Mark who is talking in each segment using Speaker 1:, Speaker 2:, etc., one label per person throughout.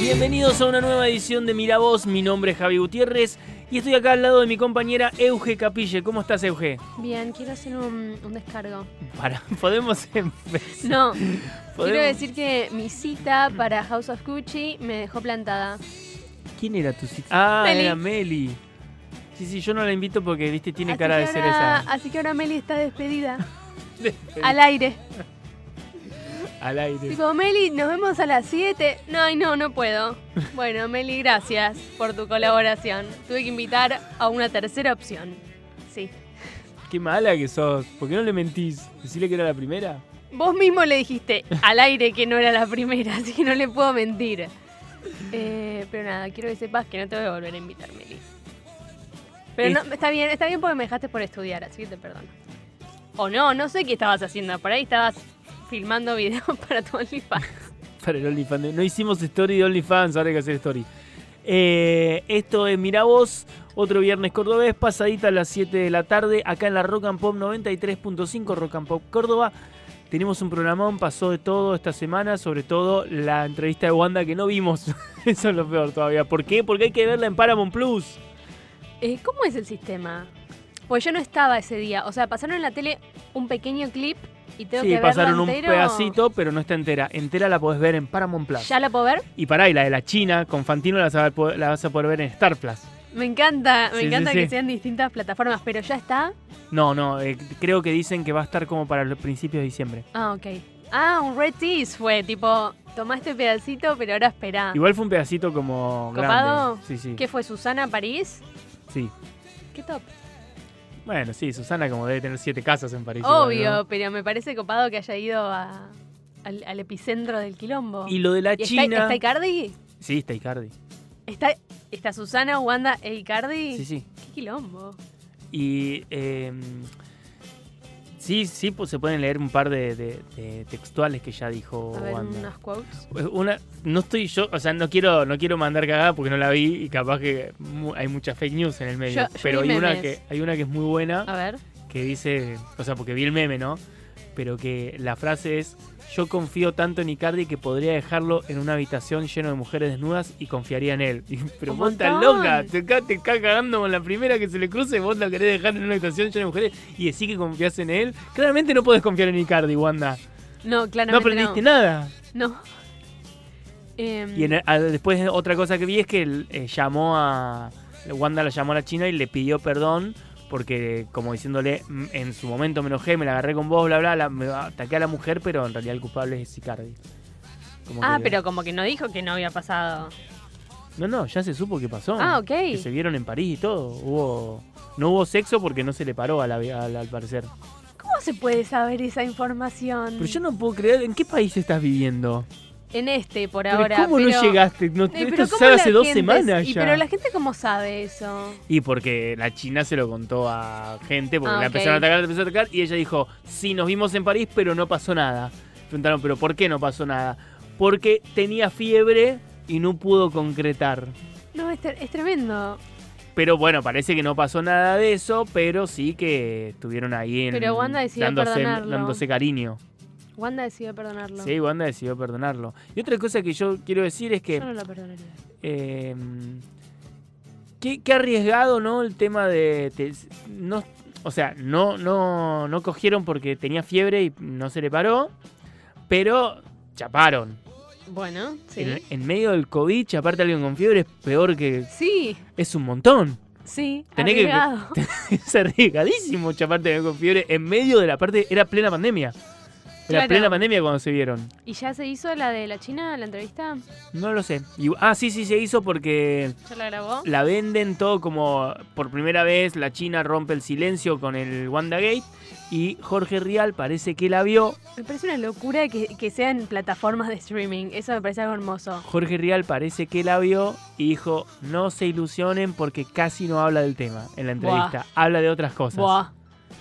Speaker 1: Bienvenidos a una nueva edición de Mira Vos, mi nombre es Javi Gutiérrez y estoy acá al lado de mi compañera Euge Capille. ¿Cómo estás, Euge?
Speaker 2: Bien, quiero hacer un, un descargo.
Speaker 1: Para, podemos empezar.
Speaker 2: No, quiero
Speaker 1: ¿Podemos?
Speaker 2: decir que mi cita para House of Gucci me dejó plantada.
Speaker 1: ¿Quién era tu cita? Ah,
Speaker 2: Meli.
Speaker 1: era Meli. Sí, sí, yo no la invito porque, viste, tiene
Speaker 2: Así
Speaker 1: cara
Speaker 2: que
Speaker 1: de ser
Speaker 2: ahora-
Speaker 1: esa.
Speaker 2: Así que ahora Meli está despedida al aire.
Speaker 1: Al aire.
Speaker 2: Digo, Meli, nos vemos a las 7. No, ay, no, no puedo. Bueno, Meli, gracias por tu colaboración. Tuve que invitar a una tercera opción. Sí.
Speaker 1: Qué mala que sos. ¿Por qué no le mentís? Decirle que era la primera.
Speaker 2: Vos mismo le dijiste al aire que no era la primera, así que no le puedo mentir. Eh, pero nada, quiero que sepas que no te voy a volver a invitar, Meli. Pero no, está bien, está bien porque me dejaste por estudiar, así que te perdono. O no, no sé qué estabas haciendo. Por ahí estabas filmando videos para tu OnlyFans.
Speaker 1: Para el OnlyFans. de- No hicimos story de OnlyFans, ahora hay que hacer story. Eh, esto es Mirá Vos, otro viernes cordobés, pasadita a las 7 de la tarde, acá en la Rock and Pop 93.5, Rock and Pop Córdoba. Tenemos un programón, pasó de todo esta semana, sobre todo la entrevista de Wanda que no vimos. Eso es lo peor todavía. ¿Por qué? Porque hay que verla en Paramount Plus.
Speaker 2: Eh, ¿Cómo es el sistema? Pues yo no estaba ese día. O sea, pasaron en la tele un pequeño clip y tengo
Speaker 1: Sí,
Speaker 2: que verlo
Speaker 1: pasaron un
Speaker 2: entero.
Speaker 1: pedacito, pero no está entera. Entera la podés ver en Paramount Plus.
Speaker 2: ¿Ya la puedo ver?
Speaker 1: Y pará, y la de la China, con Fantino la vas a poder, la vas a poder ver en Star Plus.
Speaker 2: Me encanta, me
Speaker 1: Sí, sí,
Speaker 2: encanta que
Speaker 1: sí.
Speaker 2: sean distintas plataformas, pero ya está.
Speaker 1: No, no, eh, creo que dicen que va a estar como para los principios de diciembre.
Speaker 2: Ah, ok. Ah, un red tease fue, tipo, tomaste pedacito, pero ahora esperá.
Speaker 1: Igual fue un pedacito como
Speaker 2: Ah. ¿Copado?
Speaker 1: grande. Sí, sí.
Speaker 2: ¿Qué fue, Susana París?
Speaker 1: Sí.
Speaker 2: Qué top.
Speaker 1: Bueno, sí, Susana como debe tener siete casas en París. igual,
Speaker 2: Obvio,
Speaker 1: ¿no?
Speaker 2: pero me parece copado que haya ido a- al, al epicentro del quilombo.
Speaker 1: Y lo de la
Speaker 2: ¿Y está,
Speaker 1: China.
Speaker 2: está Icardi?
Speaker 1: Sí, está Icardi.
Speaker 2: ¿Está, está Susana, Wanda e Icardi?
Speaker 1: Sí, sí.
Speaker 2: Qué quilombo.
Speaker 1: Y eh, sí, sí, pues se pueden leer un par de, de- de textuales que ya dijo
Speaker 2: a ver,
Speaker 1: Wanda. Eh,
Speaker 2: unos quotes.
Speaker 1: Una, no estoy yo, o sea, no quiero, no quiero mandar cagada porque no la vi y capaz que mu- hay mucha fake news en el medio.
Speaker 2: Yo- yo
Speaker 1: pero
Speaker 2: vi
Speaker 1: hay una
Speaker 2: memes.
Speaker 1: que, hay una que es muy buena.
Speaker 2: A ver.
Speaker 1: que dice, o sea, porque vi el meme, ¿no? Pero que la frase es, yo confío tanto en Icardi que podría dejarlo en una habitación lleno de mujeres desnudas y confiaría en él. Y, Pero
Speaker 2: Un
Speaker 1: vos estás
Speaker 2: montón.
Speaker 1: loca, te ca- te estás cagando con la primera que se le cruce, vos la querés dejar en una habitación llena de mujeres y decís que confías en él. Claramente no podés confiar en Icardi, Wanda.
Speaker 2: No, claramente
Speaker 1: No aprendiste nada.
Speaker 2: No. no. Em,
Speaker 1: Y en el- a- después otra cosa que vi es que él, eh, llamó a. Wanda la llamó a la China y le pidió perdón. Porque, como diciéndole, "Mm, en su momento me enojé, me la agarré con vos, bla, bla, la- me ataqué a la mujer, pero en realidad el culpable es Icardi. Como
Speaker 2: Ah,
Speaker 1: que-
Speaker 2: pero como que no dijo que no había pasado.
Speaker 1: No, no, ya se supo qué pasó.
Speaker 2: Ah, ok.
Speaker 1: Que se vieron en París y todo. Hubo. No hubo sexo porque no se le paró a la- a la- al parecer.
Speaker 2: ¿Cómo se puede saber esa información?
Speaker 1: Pero yo no puedo creer, ¿en qué país estás viviendo?
Speaker 2: En este, por
Speaker 1: Pero
Speaker 2: ahora.
Speaker 1: ¿Cómo
Speaker 2: pero-
Speaker 1: no llegaste? No,
Speaker 2: Eh, pero
Speaker 1: esto
Speaker 2: ¿cómo
Speaker 1: se sabe
Speaker 2: la
Speaker 1: hace dos
Speaker 2: gente-
Speaker 1: semanas
Speaker 2: y
Speaker 1: ya.
Speaker 2: Pero la gente, ¿cómo sabe eso?
Speaker 1: Y porque la China se lo contó a gente, porque
Speaker 2: Ah,
Speaker 1: la
Speaker 2: ok.
Speaker 1: empezaron a atacar, la empezaron a atacar, y ella dijo, sí, nos vimos en París, pero no pasó nada. Preguntaron, pero ¿por qué no pasó nada? Porque tenía fiebre y no pudo concretar.
Speaker 2: No, es, tre- es tremendo.
Speaker 1: Pero bueno, parece que no pasó nada de eso, pero sí que estuvieron ahí en,
Speaker 2: Pero Wanda decidió
Speaker 1: dándose,
Speaker 2: perdonarlo.
Speaker 1: dándose cariño.
Speaker 2: Wanda decidió perdonarlo.
Speaker 1: Sí, Wanda decidió perdonarlo. Y otra cosa que yo quiero decir es que...
Speaker 2: Yo no lo perdonaría.
Speaker 1: Eh, qué, qué arriesgado, ¿no? El tema de. te- no, o sea, no, no, no cogieron porque tenía fiebre y no se le paró. Pero chaparon.
Speaker 2: Bueno, sí.
Speaker 1: En, en medio del COVID, chaparte a alguien con fiebre es peor que.
Speaker 2: Sí,
Speaker 1: Es un montón.
Speaker 2: sí.
Speaker 1: Tenés que-
Speaker 2: arriesgado.
Speaker 1: Es arriesgadísimo chaparte a alguien con fiebre. En medio de la parte. Era plena pandemia. Era
Speaker 2: Claro.
Speaker 1: plena pandemia cuando se vieron.
Speaker 2: ¿Y ya se hizo la de la China, la entrevista?
Speaker 1: No lo sé. Y- ah, sí, sí, se hizo porque.
Speaker 2: ¿Ya la grabó?
Speaker 1: la venden todo como por primera vez la China rompe el silencio con el WandaGate y Jorge Rial parece que la vio.
Speaker 2: Me parece una locura que, que sea en plataformas de streaming. Eso me parece algo hermoso.
Speaker 1: Jorge Rial parece que la vio y dijo, "No se ilusionen porque casi no habla del tema en la entrevista, habla de otras cosas."
Speaker 2: Buah.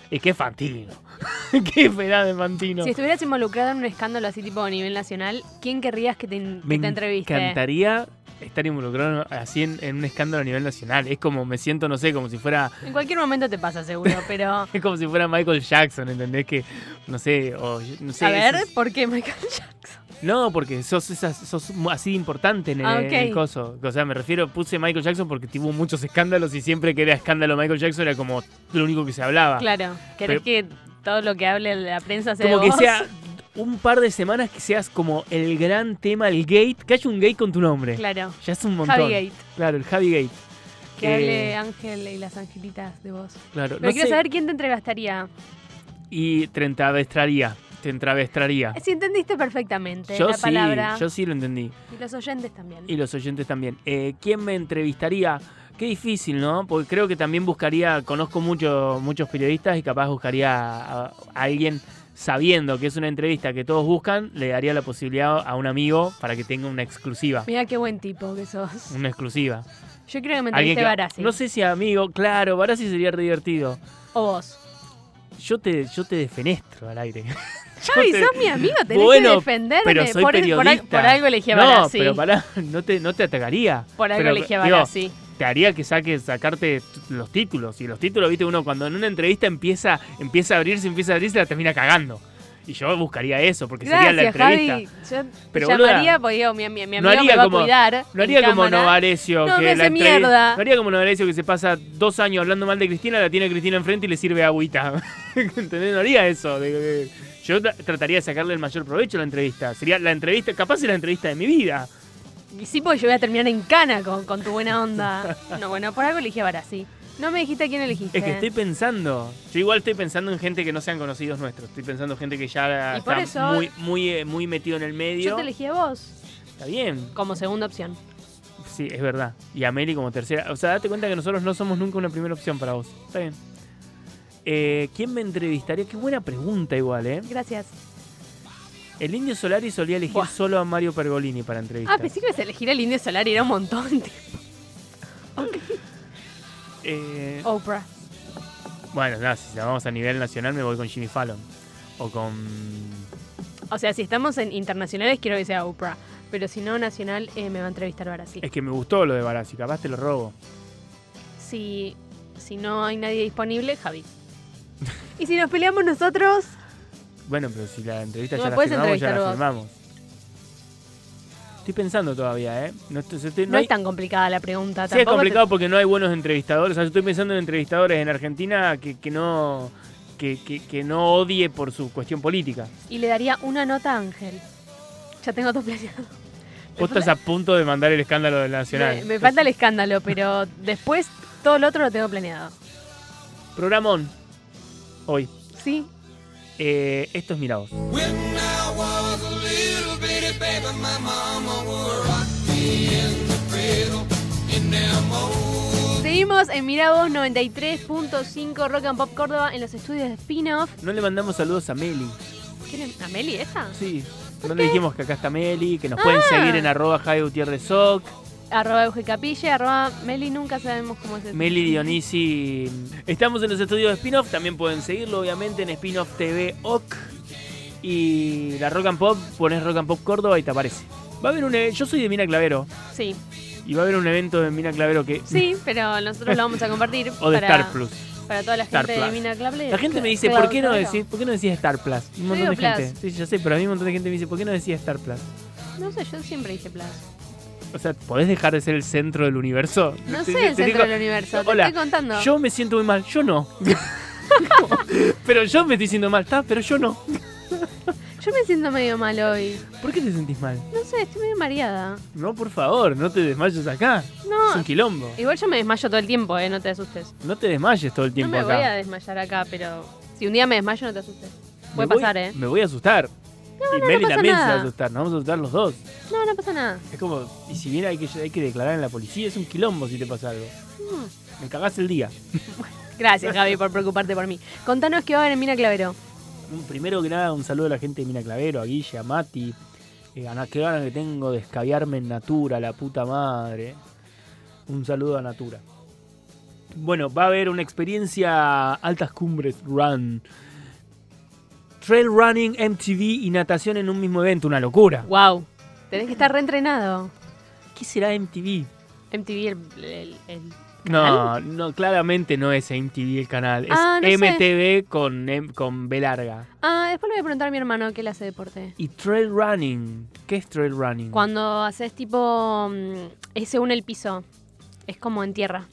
Speaker 1: Es que es Fantino. Qué esperá de Fantino.
Speaker 2: Si estuvieras involucrado en un escándalo así tipo a nivel nacional, ¿quién querrías que te, en- que
Speaker 1: Me
Speaker 2: te entreviste?
Speaker 1: encantaría estar involucrado así en, en un escándalo a nivel nacional. Es como me siento, no sé, como si fuera
Speaker 2: En cualquier momento te pasa seguro, pero...
Speaker 1: es como si fuera Michael Jackson, ¿entendés que no sé, o yo- no sé,
Speaker 2: a ver,
Speaker 1: es-
Speaker 2: ¿por qué Michael Jackson?
Speaker 1: No, porque sos, esa- sos mu- así de importante en el,
Speaker 2: Ah,
Speaker 1: en
Speaker 2: ok.
Speaker 1: el coso. O sea, me refiero, puse Michael Jackson porque tuvo muchos escándalos y siempre que era escándalo Michael Jackson era como lo único que se hablaba.
Speaker 2: Claro. ¿Querés
Speaker 1: Pero-
Speaker 2: que todo lo que hable la prensa sea
Speaker 1: Ah, Como
Speaker 2: de
Speaker 1: que
Speaker 2: vos?
Speaker 1: sea un par de semanas que seas como el gran tema, el gate, que haya un gate con tu nombre.
Speaker 2: Claro.
Speaker 1: Ya es un montón.
Speaker 2: Javi Gate.
Speaker 1: Claro, el Javi Gate.
Speaker 2: Que
Speaker 1: Eh,
Speaker 2: hable Ángel y las angelitas de vos.
Speaker 1: Claro,
Speaker 2: Pero
Speaker 1: no
Speaker 2: quiero
Speaker 1: sé.
Speaker 2: saber quién te entrevistaría.
Speaker 1: Y te entravestraría. Te entravestraría.
Speaker 2: Si entendiste perfectamente
Speaker 1: Ah. Yo
Speaker 2: la
Speaker 1: sí,
Speaker 2: palabra.
Speaker 1: yo sí lo entendí.
Speaker 2: Y los oyentes también.
Speaker 1: Y los oyentes también. Eh, ¿Quién me entrevistaría? Qué difícil, ¿no? Porque creo que también buscaría, conozco mucho- muchos periodistas y capaz buscaría a, a alguien sabiendo que es una entrevista que todos buscan, le daría la posibilidad a un amigo para que tenga una exclusiva.
Speaker 2: Mira qué buen tipo que sos.
Speaker 1: Una exclusiva.
Speaker 2: Yo creo que me
Speaker 1: Alguien
Speaker 2: entrevisté
Speaker 1: que-
Speaker 2: Barassi.
Speaker 1: No sé si amigo, claro, Barassi sería re divertido.
Speaker 2: O vos.
Speaker 1: Yo te, yo te defenestro al aire. Yo
Speaker 2: Javi,
Speaker 1: te-
Speaker 2: sos mi amigo, tenés
Speaker 1: Bueno,
Speaker 2: que defenderme.
Speaker 1: pero soy
Speaker 2: por, por al-
Speaker 1: periodista.
Speaker 2: Por, algo elegí a
Speaker 1: No,
Speaker 2: Barassi.
Speaker 1: pero pará, no te, no te atacaría.
Speaker 2: por algo
Speaker 1: pero,
Speaker 2: elegí a
Speaker 1: digo,
Speaker 2: Barassi.
Speaker 1: te haría que saques, sacarte t- los títulos. Y los títulos, viste, uno cuando en una entrevista empieza, empieza a abrirse, empieza a abrirse, la termina cagando. Y yo buscaría eso, porque sería la
Speaker 2: Gracias,
Speaker 1: entrevista.
Speaker 2: Javi. Yo
Speaker 1: Pero,
Speaker 2: te
Speaker 1: boluda,
Speaker 2: llamaría porque digo, mi, mi, mi
Speaker 1: no
Speaker 2: amigo
Speaker 1: haría
Speaker 2: me va
Speaker 1: como-
Speaker 2: a cuidar.
Speaker 1: No
Speaker 2: en
Speaker 1: haría como
Speaker 2: cámara.
Speaker 1: Novarecio,
Speaker 2: No,
Speaker 1: que
Speaker 2: me
Speaker 1: la
Speaker 2: hace
Speaker 1: entrevi-
Speaker 2: mierda.
Speaker 1: No haría como Novarecio que se pasa dos años hablando mal de Cristina, la tiene a Cristina enfrente y le sirve agüita. ¿Entendés? No haría eso. de- de- Yo tra- trataría de sacarle el mayor provecho a la entrevista. Sería la entrevista, capaz es la entrevista de mi vida.
Speaker 2: Y sí, porque yo voy a terminar en cana con, con tu buena onda. No, bueno, por algo elegí a Barassi. No me dijiste a quién elegiste.
Speaker 1: Es que estoy pensando. Yo igual estoy pensando en gente que no sean conocidos nuestros. Estoy pensando en gente que ya
Speaker 2: Y por
Speaker 1: está
Speaker 2: eso-
Speaker 1: muy, muy, eh, muy metido en el medio.
Speaker 2: Yo te elegí a vos
Speaker 1: Está bien.
Speaker 2: como segunda opción.
Speaker 1: Sí, es verdad. Y a Meli como tercera. O sea, date cuenta que nosotros no somos nunca una primera opción para vos. Está bien. Eh, ¿Quién me entrevistaría? Qué buena pregunta igual, ¿eh?
Speaker 2: Gracias.
Speaker 1: El Indio Solari solía elegir
Speaker 2: Buah.
Speaker 1: solo a Mario Pergolini para entrevistar.
Speaker 2: Ah, pensé que ibas a elegir al Indio Solar y era un montón. de-
Speaker 1: Eh,
Speaker 2: Oprah.
Speaker 1: Bueno, nada, si vamos a nivel nacional me voy con Jimmy Fallon. O con...
Speaker 2: O sea, si estamos en internacionales, quiero que sea Oprah. Pero si no, nacional, eh, me va a entrevistar Barassi.
Speaker 1: Es que me gustó lo de Barassi, capaz te lo robo.
Speaker 2: Si, si no hay nadie disponible, Javi. Y si nos peleamos nosotros,
Speaker 1: Bueno, pero si la entrevista
Speaker 2: No
Speaker 1: ya
Speaker 2: me
Speaker 1: la
Speaker 2: puedes
Speaker 1: firmamos, ya la
Speaker 2: entrevistar
Speaker 1: firmamos. Estoy pensando todavía, ¿eh? No, estoy- estoy-
Speaker 2: no,
Speaker 1: no hay-
Speaker 2: es tan complicada la pregunta.
Speaker 1: Sí, es
Speaker 2: tampoco te-
Speaker 1: complicado porque no hay buenos entrevistadores. O sea, yo estoy pensando en entrevistadores en Argentina que, que no... Que, que- que no odie por su cuestión política.
Speaker 2: Y le daría una nota a Ángel. Ya tengo todo planeado. Me
Speaker 1: Vos estás
Speaker 2: falta-
Speaker 1: a punto de mandar el escándalo del Nacional.
Speaker 2: me, me falta el escándalo, pero después todo lo otro lo tengo planeado.
Speaker 1: Programón. Hoy.
Speaker 2: ¿Sí?
Speaker 1: Eh, esto es Mirados.
Speaker 3: When I was a little bitty baby, my mama would rock me in the cradle in them old
Speaker 2: Seguimos en Miravoz 93.5 Rock and Pop Córdoba en los estudios de spin-off.
Speaker 1: No le mandamos saludos a Meli.
Speaker 2: ¿Quieren a Meli esta?
Speaker 1: Sí. No le dijimos que acá está Meli, que nos
Speaker 2: Ah.
Speaker 1: pueden seguir en arroba Jai Gutiérrez Soc,
Speaker 2: Arroba Euge Capille, arroba Meli, nunca sabemos cómo es el...
Speaker 1: Meli Dionisi. Estamos en los estudios de Spin-Off, también pueden seguirlo obviamente en Spin-Off TV OC. Y la Rock and Pop, pones Rock and Pop Córdoba y te aparece. Va a haber un e- yo soy de Mina Clavero
Speaker 2: Sí,
Speaker 1: y va a haber un evento de Mina Clavero que
Speaker 2: sí, pero nosotros lo vamos a compartir
Speaker 1: o de
Speaker 2: para,
Speaker 1: Star Plus.
Speaker 2: para toda la
Speaker 1: Star
Speaker 2: gente de
Speaker 1: Plus.
Speaker 2: Mina Clable.
Speaker 1: La gente me dice,
Speaker 2: Claro,
Speaker 1: ¿por qué no
Speaker 2: claro.
Speaker 1: decís, por qué no decís Star Plus? Un montón
Speaker 2: digo
Speaker 1: de gente.
Speaker 2: Plus.
Speaker 1: Sí, ya sé, pero a mí un montón de gente me dice, ¿por qué no decís Star Plus?
Speaker 2: No sé, yo siempre dije Plus.
Speaker 1: O sea, ¿podés dejar de ser el centro del universo?
Speaker 2: No
Speaker 1: Te-
Speaker 2: sé el
Speaker 1: te
Speaker 2: centro
Speaker 1: digo-
Speaker 2: del universo,
Speaker 1: Hola,
Speaker 2: te estoy contando.
Speaker 1: Yo me siento muy mal, yo no. Como, pero yo me estoy sintiendo mal, está, pero yo no.
Speaker 2: Yo me siento medio mal hoy.
Speaker 1: ¿Por qué te sentís mal?
Speaker 2: No sé, estoy medio mareada.
Speaker 1: No, por favor, no te desmayes acá.
Speaker 2: No.
Speaker 1: Es un quilombo.
Speaker 2: Igual yo me desmayo todo el tiempo, eh, no te asustes.
Speaker 1: No te desmayes todo el
Speaker 2: Eh, No
Speaker 1: tiempo
Speaker 2: me
Speaker 1: acá.
Speaker 2: voy a desmayar acá, pero si un día me desmayo no te asustes.
Speaker 1: Me
Speaker 2: Puede
Speaker 1: voy-
Speaker 2: pasar, eh.
Speaker 1: Me voy a asustar. y Meli
Speaker 2: pasa
Speaker 1: también se va
Speaker 2: nada.
Speaker 1: a asustar, nos vamos a asustar los dos.
Speaker 2: No, no pasa nada.
Speaker 1: Es como, y si bien hay que, hay que declarar en la policía, es un quilombo si te pasa algo.
Speaker 2: Mm.
Speaker 1: Me cagás el día.
Speaker 2: Gracias, Gaby, por preocuparte por mí. Contanos qué va a haber en Mina Clavero.
Speaker 1: Un- Primero que nada, un saludo a la gente de Mina Clavero, a Guille, a Mati. Eh, a na- qué ganas que tengo de escabiarme en Natura, la puta madre. Un saludo a Natura. Bueno, va a haber una experiencia Altas Cumbres Run. Trail Running, MTV y natación en un mismo evento, una locura.
Speaker 2: Wow. Tenés que estar reentrenado.
Speaker 1: ¿Qué será MTV?
Speaker 2: MTV, el, el- el
Speaker 1: No, no, claramente no es MTV el canal. Es
Speaker 2: Ah, no sé.
Speaker 1: MTV con, M- con B larga.
Speaker 2: Ah, después le voy a preguntar a mi hermano que le hace deporte.
Speaker 1: Y trail running. ¿Qué es trail running?
Speaker 2: Cuando haces tipo. mm, es según el piso. Es como en tierra.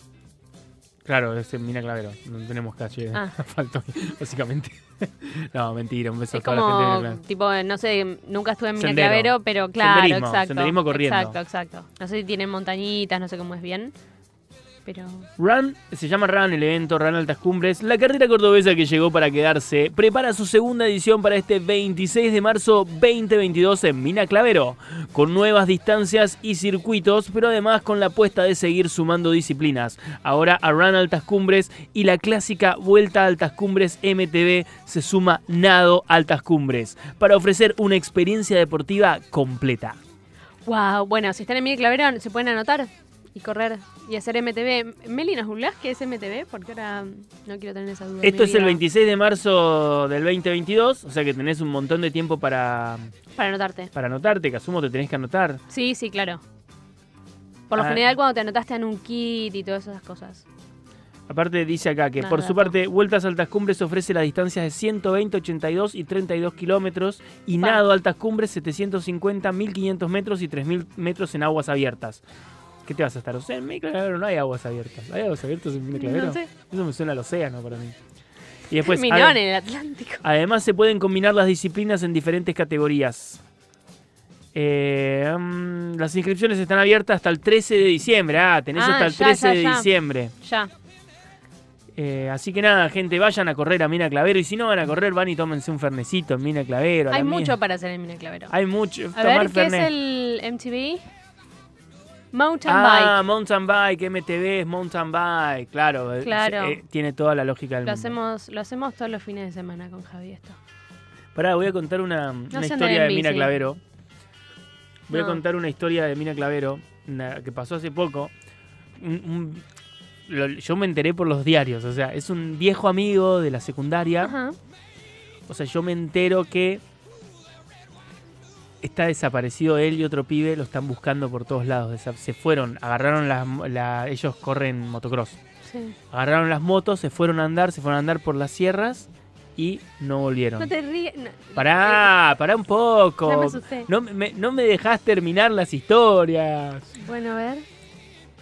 Speaker 1: Claro, es en Mina Clavero. No tenemos calle.
Speaker 2: Ah.
Speaker 1: Faltó, básicamente. no, mentira. Un beso
Speaker 2: es
Speaker 1: a toda la gente de Mina
Speaker 2: como.
Speaker 1: Clavero.
Speaker 2: Tipo, no sé, nunca estuve en
Speaker 1: Sendero.
Speaker 2: Minaclavero, pero claro,
Speaker 1: Senderismo,
Speaker 2: exacto.
Speaker 1: senderismo corriendo.
Speaker 2: Exacto, exacto. No sé si tienen montañitas, no sé cómo es bien. Pero.
Speaker 1: Run, se llama Run el evento, Run Altas Cumbres, la carrera cordobesa que llegó para quedarse, prepara su segunda edición para este 26 de marzo 2022 en Mina Clavero, con nuevas distancias y circuitos, pero además con la apuesta de seguir sumando disciplinas. Ahora a Run Altas Cumbres y la clásica Vuelta a Altas Cumbres MTV se suma Nado Altas Cumbres, para ofrecer una experiencia deportiva completa.
Speaker 2: Wow, bueno, si están en Minaclavero, se pueden anotar y correr y hacer MTV. Meli, ¿nos googlás qué es MTV? Porque ahora no quiero tener esa duda. en
Speaker 1: Esto
Speaker 2: mi
Speaker 1: es el
Speaker 2: vida.
Speaker 1: 26 de marzo del 2022, o sea que tenés un montón de tiempo para...
Speaker 2: Para anotarte.
Speaker 1: Para anotarte, que asumo te tenés que anotar.
Speaker 2: Sí, sí, claro. Por lo
Speaker 1: Ah.
Speaker 2: general, cuando te anotaste en un kit y todas esas cosas.
Speaker 1: Aparte dice acá que
Speaker 2: No,
Speaker 1: por
Speaker 2: no,
Speaker 1: su
Speaker 2: no.
Speaker 1: parte Vueltas Altas Cumbres ofrece las distancias de 120, 82 y 32 kilómetros y
Speaker 2: Pa.
Speaker 1: Nado Altas Cumbres 750, 1500 metros y 3000 metros en aguas abiertas. ¿Qué te vas a estar? O sea, en Mina Clavero no hay aguas abiertas. ¿Hay aguas abiertas en Mina Clavero? Pues,
Speaker 2: No sé.
Speaker 1: Eso me suena al océano para mí. Y después...
Speaker 2: Terminó en
Speaker 1: ade-
Speaker 2: el Atlántico.
Speaker 1: además se pueden combinar las disciplinas en diferentes categorías. Eh, mm, las inscripciones están abiertas hasta el 13 de diciembre. Ah, tenés
Speaker 2: Ah,
Speaker 1: hasta el
Speaker 2: ya,
Speaker 1: 13
Speaker 2: ya,
Speaker 1: de
Speaker 2: ya.
Speaker 1: diciembre.
Speaker 2: Ya.
Speaker 1: Eh, así que nada, gente, vayan a correr a Mina Clavero. Y si no van a correr, van y tómense un fernecito en Mina Clavero. a la
Speaker 2: Hay
Speaker 1: mía.
Speaker 2: mucho para hacer en Minaclavero.
Speaker 1: Hay mucho.
Speaker 2: A ver,
Speaker 1: tomar
Speaker 2: ¿qué es
Speaker 1: fernet.
Speaker 2: el MTV? Mountain
Speaker 1: Ah,
Speaker 2: Bike.
Speaker 1: mountain bike, MTV es mountain bike. Claro, eh,
Speaker 2: Claro.
Speaker 1: eh, tiene toda la lógica del
Speaker 2: Lo
Speaker 1: mundo.
Speaker 2: hacemos, lo hacemos todos los fines de semana con Javi esto.
Speaker 1: Pará, voy a contar una, una
Speaker 2: sé andar en
Speaker 1: historia de
Speaker 2: bici.
Speaker 1: Mina Clavero. Voy a
Speaker 2: No.
Speaker 1: contar una historia de Mina Clavero una- que pasó hace poco. Un- un- lo- yo me enteré por los diarios. O sea, es un viejo amigo de la secundaria.
Speaker 2: Ajá.
Speaker 1: O sea, yo me entero que está desaparecido él y otro pibe, lo están buscando por todos lados. Desa- Se fueron, agarraron las. mo- la- ellos corren motocross.
Speaker 2: Sí.
Speaker 1: Agarraron las motos, se fueron a andar, se fueron a andar por las sierras y no volvieron.
Speaker 2: No te ríes. no.
Speaker 1: Pará, pará un poco.
Speaker 2: Ya me asusté.
Speaker 1: No me, no me dejás terminar las historias.
Speaker 2: Bueno, a ver.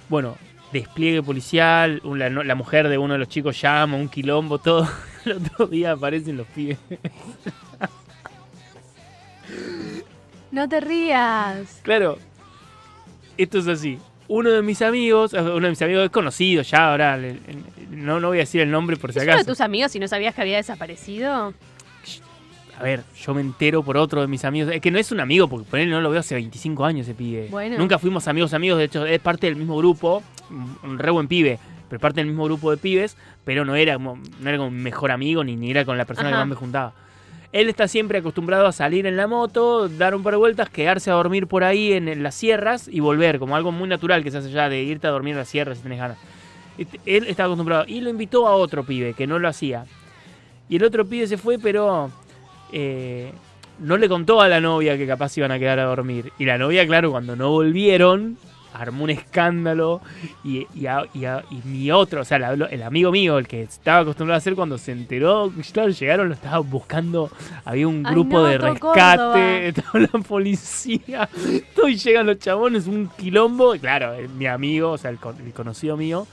Speaker 1: Bueno, despliegue policial, un- la, no- la mujer de uno de los chicos llama, un quilombo, todo. El otro día aparecen los pibes.
Speaker 2: No te rías.
Speaker 1: Claro, esto es así. Uno de mis amigos, eh, uno de mis amigos es conocido ya ahora, le- le- no, no voy a decir el nombre por si
Speaker 2: ¿Es uno de
Speaker 1: acaso.
Speaker 2: tus amigos y no sabías que había desaparecido?
Speaker 1: A ver, yo me entero por otro de mis amigos. Es que no es un amigo, porque por él no lo veo hace 25 años ese pibe.
Speaker 2: Bueno.
Speaker 1: Nunca fuimos amigos amigos, de hecho es parte del mismo grupo, un- un re buen pibe, pero parte del mismo grupo de pibes, pero no era como, no era como mi mejor amigo ni, ni era con la persona que
Speaker 2: Ajá.
Speaker 1: más me juntaba. Él está siempre acostumbrado a salir en la moto, dar un par de vueltas, quedarse a dormir por ahí en, en las sierras y volver, como algo muy natural que se hace ya de irte a dormir a las sierras si tenés ganas. Este, Él estaba acostumbrado y lo invitó a otro pibe que no lo hacía. Y el otro pibe se fue, pero eh, no le contó a la novia que capaz iban a quedar a dormir. Y la novia, claro, cuando no volvieron, armó un escándalo. Y, y a- y a- y mi otro, o sea, la- el amigo mío, el que estaba acostumbrado a hacer cuando se enteró, claro, llegaron, lo estaban buscando. Había un
Speaker 2: Ay,
Speaker 1: grupo
Speaker 2: no,
Speaker 1: de
Speaker 2: todo
Speaker 1: rescate, estaba la policía. Todo y llegan los chabones, un quilombo. Y claro, eh, mi amigo, o sea, el, con- el conocido mío,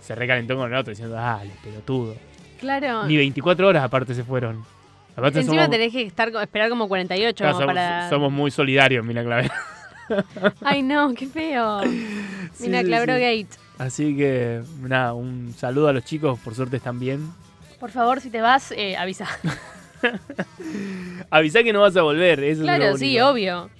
Speaker 1: se recalentó con el otro diciendo, dale, pelotudo.
Speaker 2: Claro.
Speaker 1: Ni 24 horas aparte se fueron. Aparte
Speaker 2: Ah. Encima
Speaker 1: somos,
Speaker 2: tenés que estar, co- esperar como 48
Speaker 1: claro,
Speaker 2: como
Speaker 1: somos-
Speaker 2: para...
Speaker 1: somos muy solidarios, mira clave.
Speaker 2: Ay, no, qué feo.
Speaker 1: Sí,
Speaker 2: Mira,
Speaker 1: sí,
Speaker 2: Clavero
Speaker 1: sí.
Speaker 2: Gate.
Speaker 1: Así que, nada, un saludo a los chicos, por suerte están bien.
Speaker 2: Por favor, si te vas, eh, avisa. Claro,
Speaker 1: Avisá que no vas a volver, eso es lo
Speaker 2: claro, sí,
Speaker 1: único.
Speaker 2: obvio.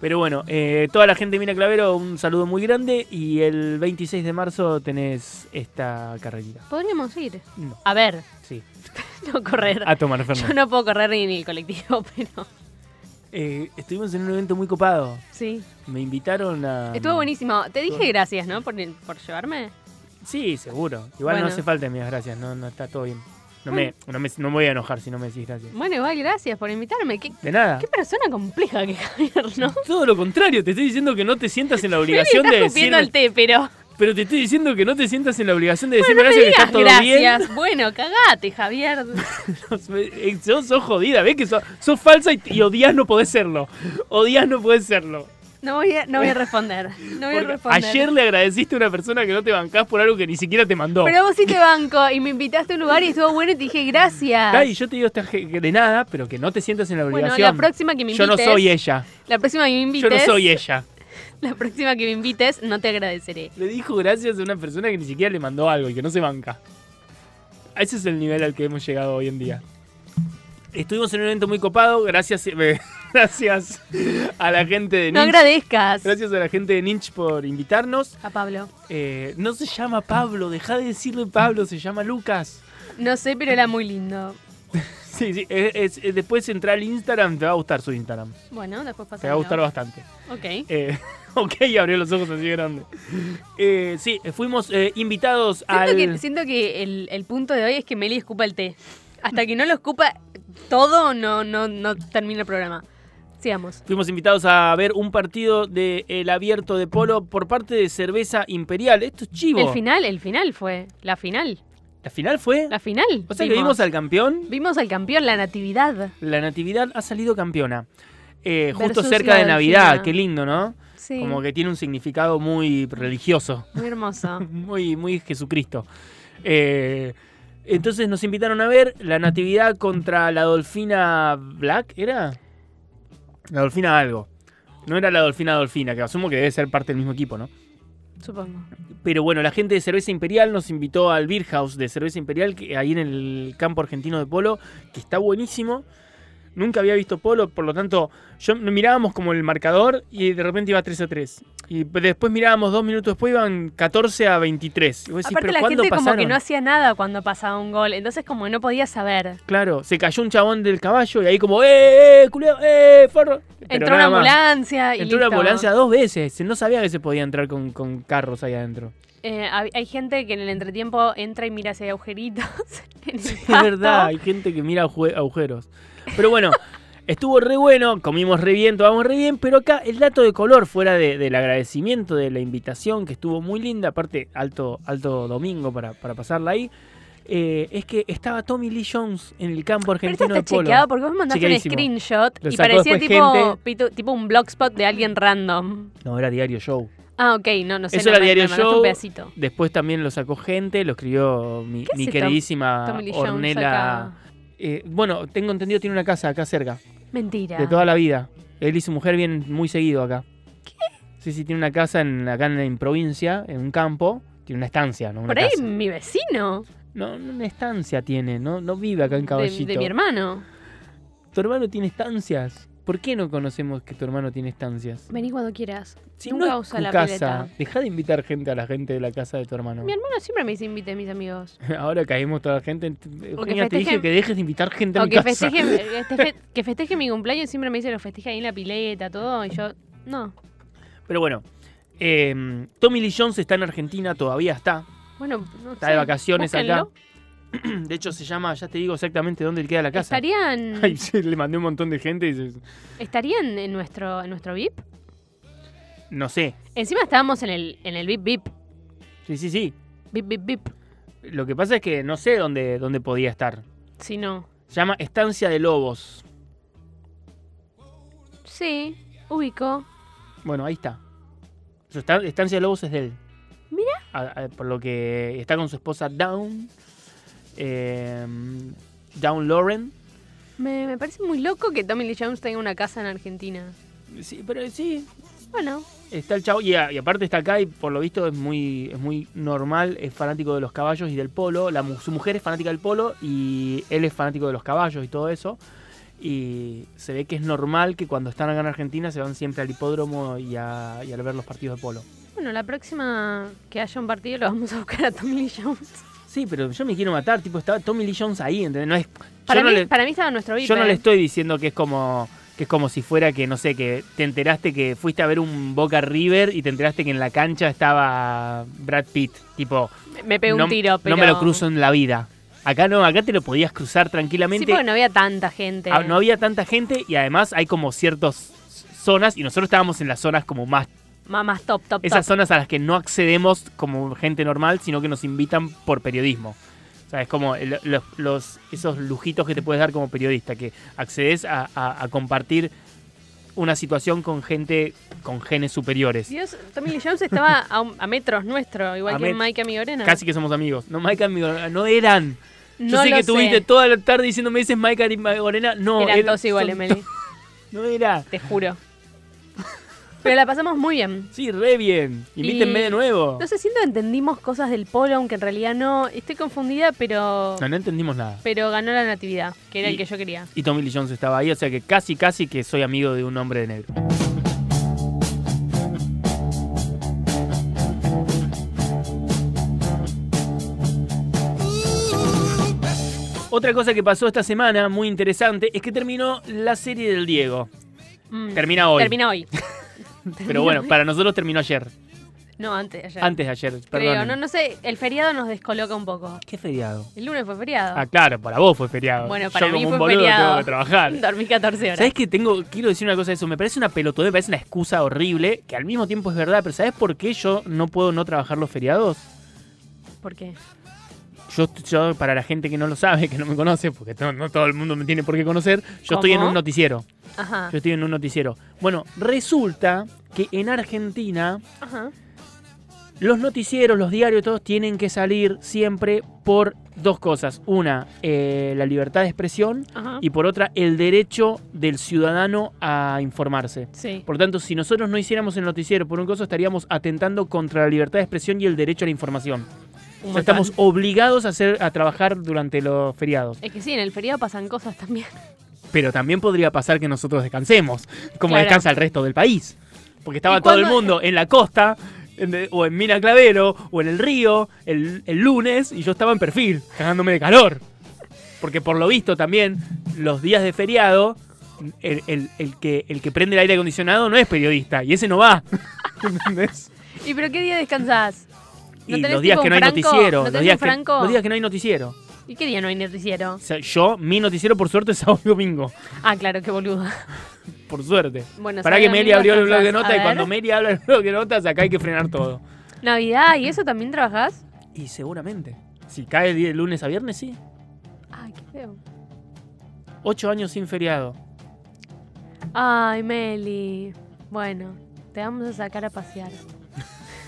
Speaker 1: Pero bueno, eh, toda la gente de Mina Clavero, un saludo muy grande y el 26 de marzo tenés esta carrerita.
Speaker 2: Podríamos ir.
Speaker 1: No,
Speaker 2: A ver,
Speaker 1: sí,
Speaker 2: no correr.
Speaker 1: a tomar
Speaker 2: Yo
Speaker 1: Fernet.
Speaker 2: no puedo correr ni en el colectivo, pero
Speaker 1: Eh, estuvimos en un evento muy copado.
Speaker 2: sí.
Speaker 1: Me invitaron a...
Speaker 2: Estuvo buenísimo. Te dije
Speaker 1: Bueno.
Speaker 2: gracias, ¿no? Por, por llevarme.
Speaker 1: Sí, seguro. Igual no
Speaker 2: Bueno.
Speaker 1: hace falta mis gracias, no, no está todo bien. No me, no, me, no me voy a enojar si no me decís gracias.
Speaker 2: Bueno, igual, gracias por invitarme. Qué,
Speaker 1: De nada.
Speaker 2: qué persona compleja que Javier, ¿no?
Speaker 1: Todo lo contrario, te estoy diciendo que no te sientas en la
Speaker 2: Me
Speaker 1: obligación
Speaker 2: estás
Speaker 1: de
Speaker 2: escupiendo
Speaker 1: decir.
Speaker 2: el té, pero
Speaker 1: Pero te estoy diciendo que no te sientas en la obligación de decirme
Speaker 2: Bueno, no me
Speaker 1: gracias que está
Speaker 2: digas
Speaker 1: todo
Speaker 2: gracias. Bueno, cagate, Javier.
Speaker 1: bien. eh, sos, sos jodida, ves que sos, sos falsa y, y odias no podés serlo. Odias no podés serlo.
Speaker 2: No voy a, no voy a responder. No voy a
Speaker 1: Porque
Speaker 2: responder.
Speaker 1: Ayer le agradeciste a una persona que no te bancás por algo que ni siquiera te mandó.
Speaker 2: Pero vos sí te banco y me invitaste a un lugar y estuvo bueno y te dije gracias.
Speaker 1: Está, y yo te digo esta je- de nada, pero que no te sientas en la
Speaker 2: Bueno, la
Speaker 1: obligación.
Speaker 2: próxima que me
Speaker 1: Yo no
Speaker 2: invites-
Speaker 1: soy ella.
Speaker 2: La próxima que me
Speaker 1: Yo
Speaker 2: invites.
Speaker 1: no soy ella.
Speaker 2: La próxima que me invites, no te agradeceré.
Speaker 1: Le dijo gracias a una persona que ni siquiera le mandó algo y que no se banca. A Ese es el nivel al que hemos llegado hoy en día. Estuvimos en un evento muy copado, gracias, eh, gracias a la gente de
Speaker 2: No
Speaker 1: Ninch.
Speaker 2: agradezcas
Speaker 1: gracias a la gente de Ninch por invitarnos.
Speaker 2: a Pablo.
Speaker 1: Eh, no se llama Pablo, deja de decirle Pablo, se llama Lucas.
Speaker 2: No sé, pero era muy lindo.
Speaker 1: Sí, sí, es- es- después entra al Instagram, te va a gustar su Instagram.
Speaker 2: Bueno, después pasamos.
Speaker 1: Te va a gustar bastante.
Speaker 2: Ok.
Speaker 1: Eh, ok, abrió los ojos así grande. Eh, sí, fuimos eh, invitados
Speaker 2: Siento
Speaker 1: al...
Speaker 2: que, siento que el, el punto de hoy es que Meli escupa el té. Hasta que no lo escupa todo, no, no, no termina el programa. Sigamos.
Speaker 1: Fuimos invitados a ver un partido del abierto de polo por parte de Cerveza Imperial. Esto es chivo.
Speaker 2: El final, el final fue. La final.
Speaker 1: ¿La final fue?
Speaker 2: La final.
Speaker 1: O sea que vimos al campeón.
Speaker 2: Vimos al campeón, la natividad.
Speaker 1: La Natividad ha salido campeona. Eh, justo
Speaker 2: Versus
Speaker 1: cerca
Speaker 2: la
Speaker 1: de Navidad.
Speaker 2: Delfina.
Speaker 1: Qué lindo, ¿no?
Speaker 2: Sí.
Speaker 1: Como que tiene un significado muy religioso.
Speaker 2: Muy hermoso.
Speaker 1: Muy, muy Jesucristo. Eh, entonces nos invitaron a ver la Natividad contra la Dolfina Black, ¿era? La Dolfina algo. No era la Dolfina Dolfina, que asumo que debe ser parte del mismo equipo, ¿no?
Speaker 2: Supongo.
Speaker 1: Pero bueno, la gente de Cerveza Imperial nos invitó al Beer House de Cerveza Imperial, que, ahí en el campo argentino de polo, que está buenísimo. Nunca había visto polo, por lo tanto, yo mirábamos como el marcador y de repente iba 3 a 3. Y después mirábamos dos minutos después, iban 14 a 23. Y vos decís,
Speaker 2: Aparte
Speaker 1: ¿pero
Speaker 2: la
Speaker 1: cuándo
Speaker 2: gente como que
Speaker 1: pasaron?
Speaker 2: no hacía nada cuando pasaba un gol, entonces como no podía saber.
Speaker 1: Claro, se cayó un chabón del caballo y ahí como, ¡eh, eh, culeo! ¡eh, forro! Pero
Speaker 2: Entró una
Speaker 1: nada más.
Speaker 2: ambulancia y
Speaker 1: Entró una
Speaker 2: listo.
Speaker 1: ambulancia dos veces. No sabía que se podía entrar con, con carros ahí adentro.
Speaker 2: Eh, hab- hay gente que en el entretiempo entra y mira hacia agujeritos. en el
Speaker 1: Es
Speaker 2: pasto.
Speaker 1: verdad, hay gente que mira aguje- agujeros. Pero bueno, estuvo re bueno, comimos re bien, tomamos re bien, pero acá el dato de color, fuera de- del agradecimiento, de la invitación, que estuvo muy linda, aparte alto, alto domingo para, para pasarla ahí, eh, es que estaba Tommy Lee Jones en el campo
Speaker 2: Pero esto
Speaker 1: argentino
Speaker 2: está
Speaker 1: de polo.
Speaker 2: chequeado porque vos mandaste un
Speaker 1: Chequeadísimo.
Speaker 2: screenshot
Speaker 1: Lo
Speaker 2: y
Speaker 1: sacó
Speaker 2: parecía
Speaker 1: después
Speaker 2: tipo,
Speaker 1: gente.
Speaker 2: pito- tipo un blogspot de alguien random.
Speaker 1: No, era Diario Show.
Speaker 2: Ah, ok, no, no sé.
Speaker 1: Eso
Speaker 2: no,
Speaker 1: era
Speaker 2: me- me
Speaker 1: Diario
Speaker 2: mandaste
Speaker 1: Show.
Speaker 2: un pedacito.
Speaker 1: Después también lo sacó gente, lo escribió mi, mi
Speaker 2: hace Tom-
Speaker 1: queridísima
Speaker 2: Tommy Lee Jones
Speaker 1: Ah, Ornella.
Speaker 2: acá.
Speaker 1: Eh, bueno, tengo entendido, tiene una casa acá cerca.
Speaker 2: Mentira.
Speaker 1: De toda la vida. Él y su mujer vienen muy seguido acá. ¿Qué? Sí, sí, tiene una casa en, acá en, en provincia, en un campo. Tiene una estancia, ¿no? Una
Speaker 2: Por ahí
Speaker 1: casa.
Speaker 2: mi vecino.
Speaker 1: No, no, una estancia tiene, no, no vive acá en
Speaker 2: De,
Speaker 1: Caballito.
Speaker 2: de mi hermano.
Speaker 1: Tu hermano tiene estancias. ¿Por qué no conocemos que tu hermano tiene estancias?
Speaker 2: Vení cuando quieras.
Speaker 1: Si
Speaker 2: Nunca
Speaker 1: no es
Speaker 2: usa
Speaker 1: tu
Speaker 2: la
Speaker 1: casa,
Speaker 2: pileta.
Speaker 1: deja de invitar gente a la gente de la casa de tu hermano.
Speaker 2: Mi hermano siempre me dice invite mis amigos.
Speaker 1: Ahora caemos toda la gente. Eugenia, te
Speaker 2: festejen-
Speaker 1: dije que dejes de invitar gente a
Speaker 2: O
Speaker 1: mi
Speaker 2: que
Speaker 1: casa.
Speaker 2: festeje, este fe- que festeje mi cumpleaños, siempre me dice lo festeja ahí en la pileta, todo, y yo, no.
Speaker 1: Pero bueno, eh, Tommy Lee Jones está en Argentina, todavía está.
Speaker 2: Bueno, no
Speaker 1: Está
Speaker 2: sé,
Speaker 1: de vacaciones
Speaker 2: búsquenlo.
Speaker 1: acá. De hecho, se llama, ya te digo exactamente dónde le queda la casa.
Speaker 2: ¿Estarían,
Speaker 1: Ay, sí, le mandé un montón de gente y dices,
Speaker 2: ¿Estarían en nuestro en nuestro VIP?
Speaker 1: no sé.
Speaker 2: Encima estábamos en el en el VIP VIP,
Speaker 1: Sí, sí, sí.
Speaker 2: VIP VIP VIP.
Speaker 1: Lo que pasa es que no sé dónde, dónde podía estar.
Speaker 2: Si no.
Speaker 1: Se llama Estancia de Lobos.
Speaker 2: Sí, ubico.
Speaker 1: Bueno, ahí está. Su esta- Estancia de Lobos es de él.
Speaker 2: Mira.
Speaker 1: A- a- por lo que está con su esposa Dawn. eh, Dawn Lauren.
Speaker 2: Me, me parece muy loco que Tommy Lee Jones tenga una casa en Argentina.
Speaker 1: Sí, pero sí,
Speaker 2: Bueno,
Speaker 1: Está el chavo, y, a- y aparte está acá, y por lo visto es muy, es muy normal, es fanático de los caballos y del polo. La, mu- su mujer es fanática del polo y él es fanático de los caballos y todo eso. Y se ve que es normal que cuando están acá en Argentina se van siempre al hipódromo y a, y a ver los partidos de polo.
Speaker 2: bueno, la próxima que haya un partido lo vamos a buscar a Tommy Lee Jones.
Speaker 1: Sí, pero yo me quiero matar, tipo, estaba Tommy Lee Jones ahí, ¿entendés? No es,
Speaker 2: Para,
Speaker 1: yo, no
Speaker 2: mí,
Speaker 1: le,
Speaker 2: para mí estaba nuestro VIP.
Speaker 1: yo no le
Speaker 2: eh.
Speaker 1: estoy diciendo que es como que es como si fuera que, no sé, que te enteraste que fuiste a ver un Boca River y te enteraste que en la cancha estaba Brad Pitt, tipo...
Speaker 2: Me pegó
Speaker 1: no,
Speaker 2: un tiro,
Speaker 1: no
Speaker 2: pero...
Speaker 1: me lo cruzo en la vida. Acá no, acá te lo podías cruzar
Speaker 2: Sí,
Speaker 1: tranquilamente.
Speaker 2: porque no había tanta gente.
Speaker 1: Ah, no había tanta gente y además hay como ciertas zonas y nosotros estábamos en las zonas como más
Speaker 2: Mamás top, top, top.
Speaker 1: Esas zonas a las que no accedemos como gente normal, sino que nos invitan por periodismo. O sea, es como el- los, los- esos lujitos que te puedes dar como periodista, que accedes a, a- a compartir una situación con gente con genes superiores.
Speaker 2: Dios, Tommy Lee Jones estaba a, un- a metros nuestro, igual
Speaker 1: A
Speaker 2: que
Speaker 1: met-
Speaker 2: Mike Amigorena.
Speaker 1: Casi que somos amigos. No, Mike Amigorena, no eran. Yo
Speaker 2: No
Speaker 1: sé
Speaker 2: lo
Speaker 1: que tuviste toda la tarde diciéndome, dices Mike Amigorena. No,
Speaker 2: Eran
Speaker 1: era-
Speaker 2: todos iguales,
Speaker 1: son-
Speaker 2: Meli,
Speaker 1: No era.
Speaker 2: te juro. Pero la pasamos muy bien.
Speaker 1: Sí, re bien. Invítenme
Speaker 2: Y-
Speaker 1: de nuevo.
Speaker 2: No sé, siento que entendimos cosas del polo, aunque en realidad no. Estoy confundida, pero.
Speaker 1: No, no entendimos nada.
Speaker 2: Pero ganó la natividad, que era
Speaker 1: Y-
Speaker 2: el que yo quería.
Speaker 1: Y Tommy Lee Jones estaba ahí, o sea que casi, casi que soy amigo de un hombre de negro. Otra cosa que pasó esta semana, muy interesante, es que terminó la serie del Diego.
Speaker 2: Mm,
Speaker 1: Termina hoy.
Speaker 2: Termina hoy.
Speaker 1: Pero bueno, para nosotros terminó ayer.
Speaker 2: No, antes de ayer.
Speaker 1: Antes de ayer,
Speaker 2: Creo,
Speaker 1: perdón.
Speaker 2: no, no sé, el feriado nos descoloca un poco.
Speaker 1: ¿Qué feriado?
Speaker 2: El lunes fue feriado.
Speaker 1: Ah, claro, para vos fue feriado.
Speaker 2: Bueno, para
Speaker 1: Yo
Speaker 2: mí
Speaker 1: como un
Speaker 2: fue
Speaker 1: boludo
Speaker 2: feriado.
Speaker 1: tengo que trabajar.
Speaker 2: Dormí 14 horas.
Speaker 1: ¿Sabes qué tengo? Quiero decir una cosa de eso. Me parece una pelotudez, me parece una excusa horrible, que al mismo tiempo es verdad, pero ¿sabes por qué yo no puedo no trabajar los feriados?
Speaker 2: ¿Por qué?
Speaker 1: Yo, yo, para la gente que no lo sabe, que no me conoce, porque no, no todo el mundo me tiene por qué conocer, yo estoy en
Speaker 2: ¿Cómo? Ah.
Speaker 1: un noticiero.
Speaker 2: Ajá.
Speaker 1: Yo estoy en un noticiero. Bueno, resulta que en Argentina
Speaker 2: Ajá.
Speaker 1: los noticieros, los diarios, todos tienen que salir siempre por dos cosas. Una, eh, la libertad de expresión
Speaker 2: Ajá.
Speaker 1: y por otra, el derecho del ciudadano a informarse.
Speaker 2: Sí.
Speaker 1: Por lo tanto, si nosotros no hiciéramos el noticiero por un coso, estaríamos atentando contra la libertad de expresión y el derecho a la información. O sea, estamos obligados a, hacer, a trabajar durante los feriados.
Speaker 2: Es que sí, en el feriado pasan cosas también.
Speaker 1: Pero también podría pasar que nosotros descansemos, como
Speaker 2: Claro.
Speaker 1: descansa el resto del país. Porque
Speaker 2: ¿Y
Speaker 1: estaba todo el
Speaker 2: cuándo-
Speaker 1: mundo en la costa, en- o en Mina Clavero, o en el río, el, el lunes, y yo estaba en perfil, cagándome de calor. Porque por lo visto también, los días de feriado, el, el- el que, el que prende el aire acondicionado no es periodista, y ese no va. ¿Entendés?
Speaker 2: ¿Y pero qué día descansás? ¿No
Speaker 1: Y
Speaker 2: tenés
Speaker 1: los días
Speaker 2: tipo
Speaker 1: que
Speaker 2: un
Speaker 1: no hay
Speaker 2: Franco?
Speaker 1: noticiero.
Speaker 2: ¿No
Speaker 1: los,
Speaker 2: tenés
Speaker 1: días
Speaker 2: un
Speaker 1: que,
Speaker 2: Franco?
Speaker 1: los días que no hay noticiero.
Speaker 2: ¿Y qué día no hay noticiero?
Speaker 1: O sea, yo, mi noticiero, por suerte, es sábado y domingo.
Speaker 2: Ah, claro, qué boludo.
Speaker 1: Por suerte.
Speaker 2: Bueno,
Speaker 1: Para
Speaker 2: sábado
Speaker 1: que
Speaker 2: y
Speaker 1: Meli
Speaker 2: domingo
Speaker 1: abrió el blog de
Speaker 2: descansás. A
Speaker 1: notas y
Speaker 2: ver.
Speaker 1: cuando Meli habla el blog de notas, acá hay que frenar todo.
Speaker 2: Navidad, ¿y eso también trabajás?
Speaker 1: Y seguramente. Si cae de lunes a viernes, sí.
Speaker 2: Ay, qué feo.
Speaker 1: Ocho años sin feriado.
Speaker 2: Ay, Meli. Bueno, te vamos a sacar a pasear.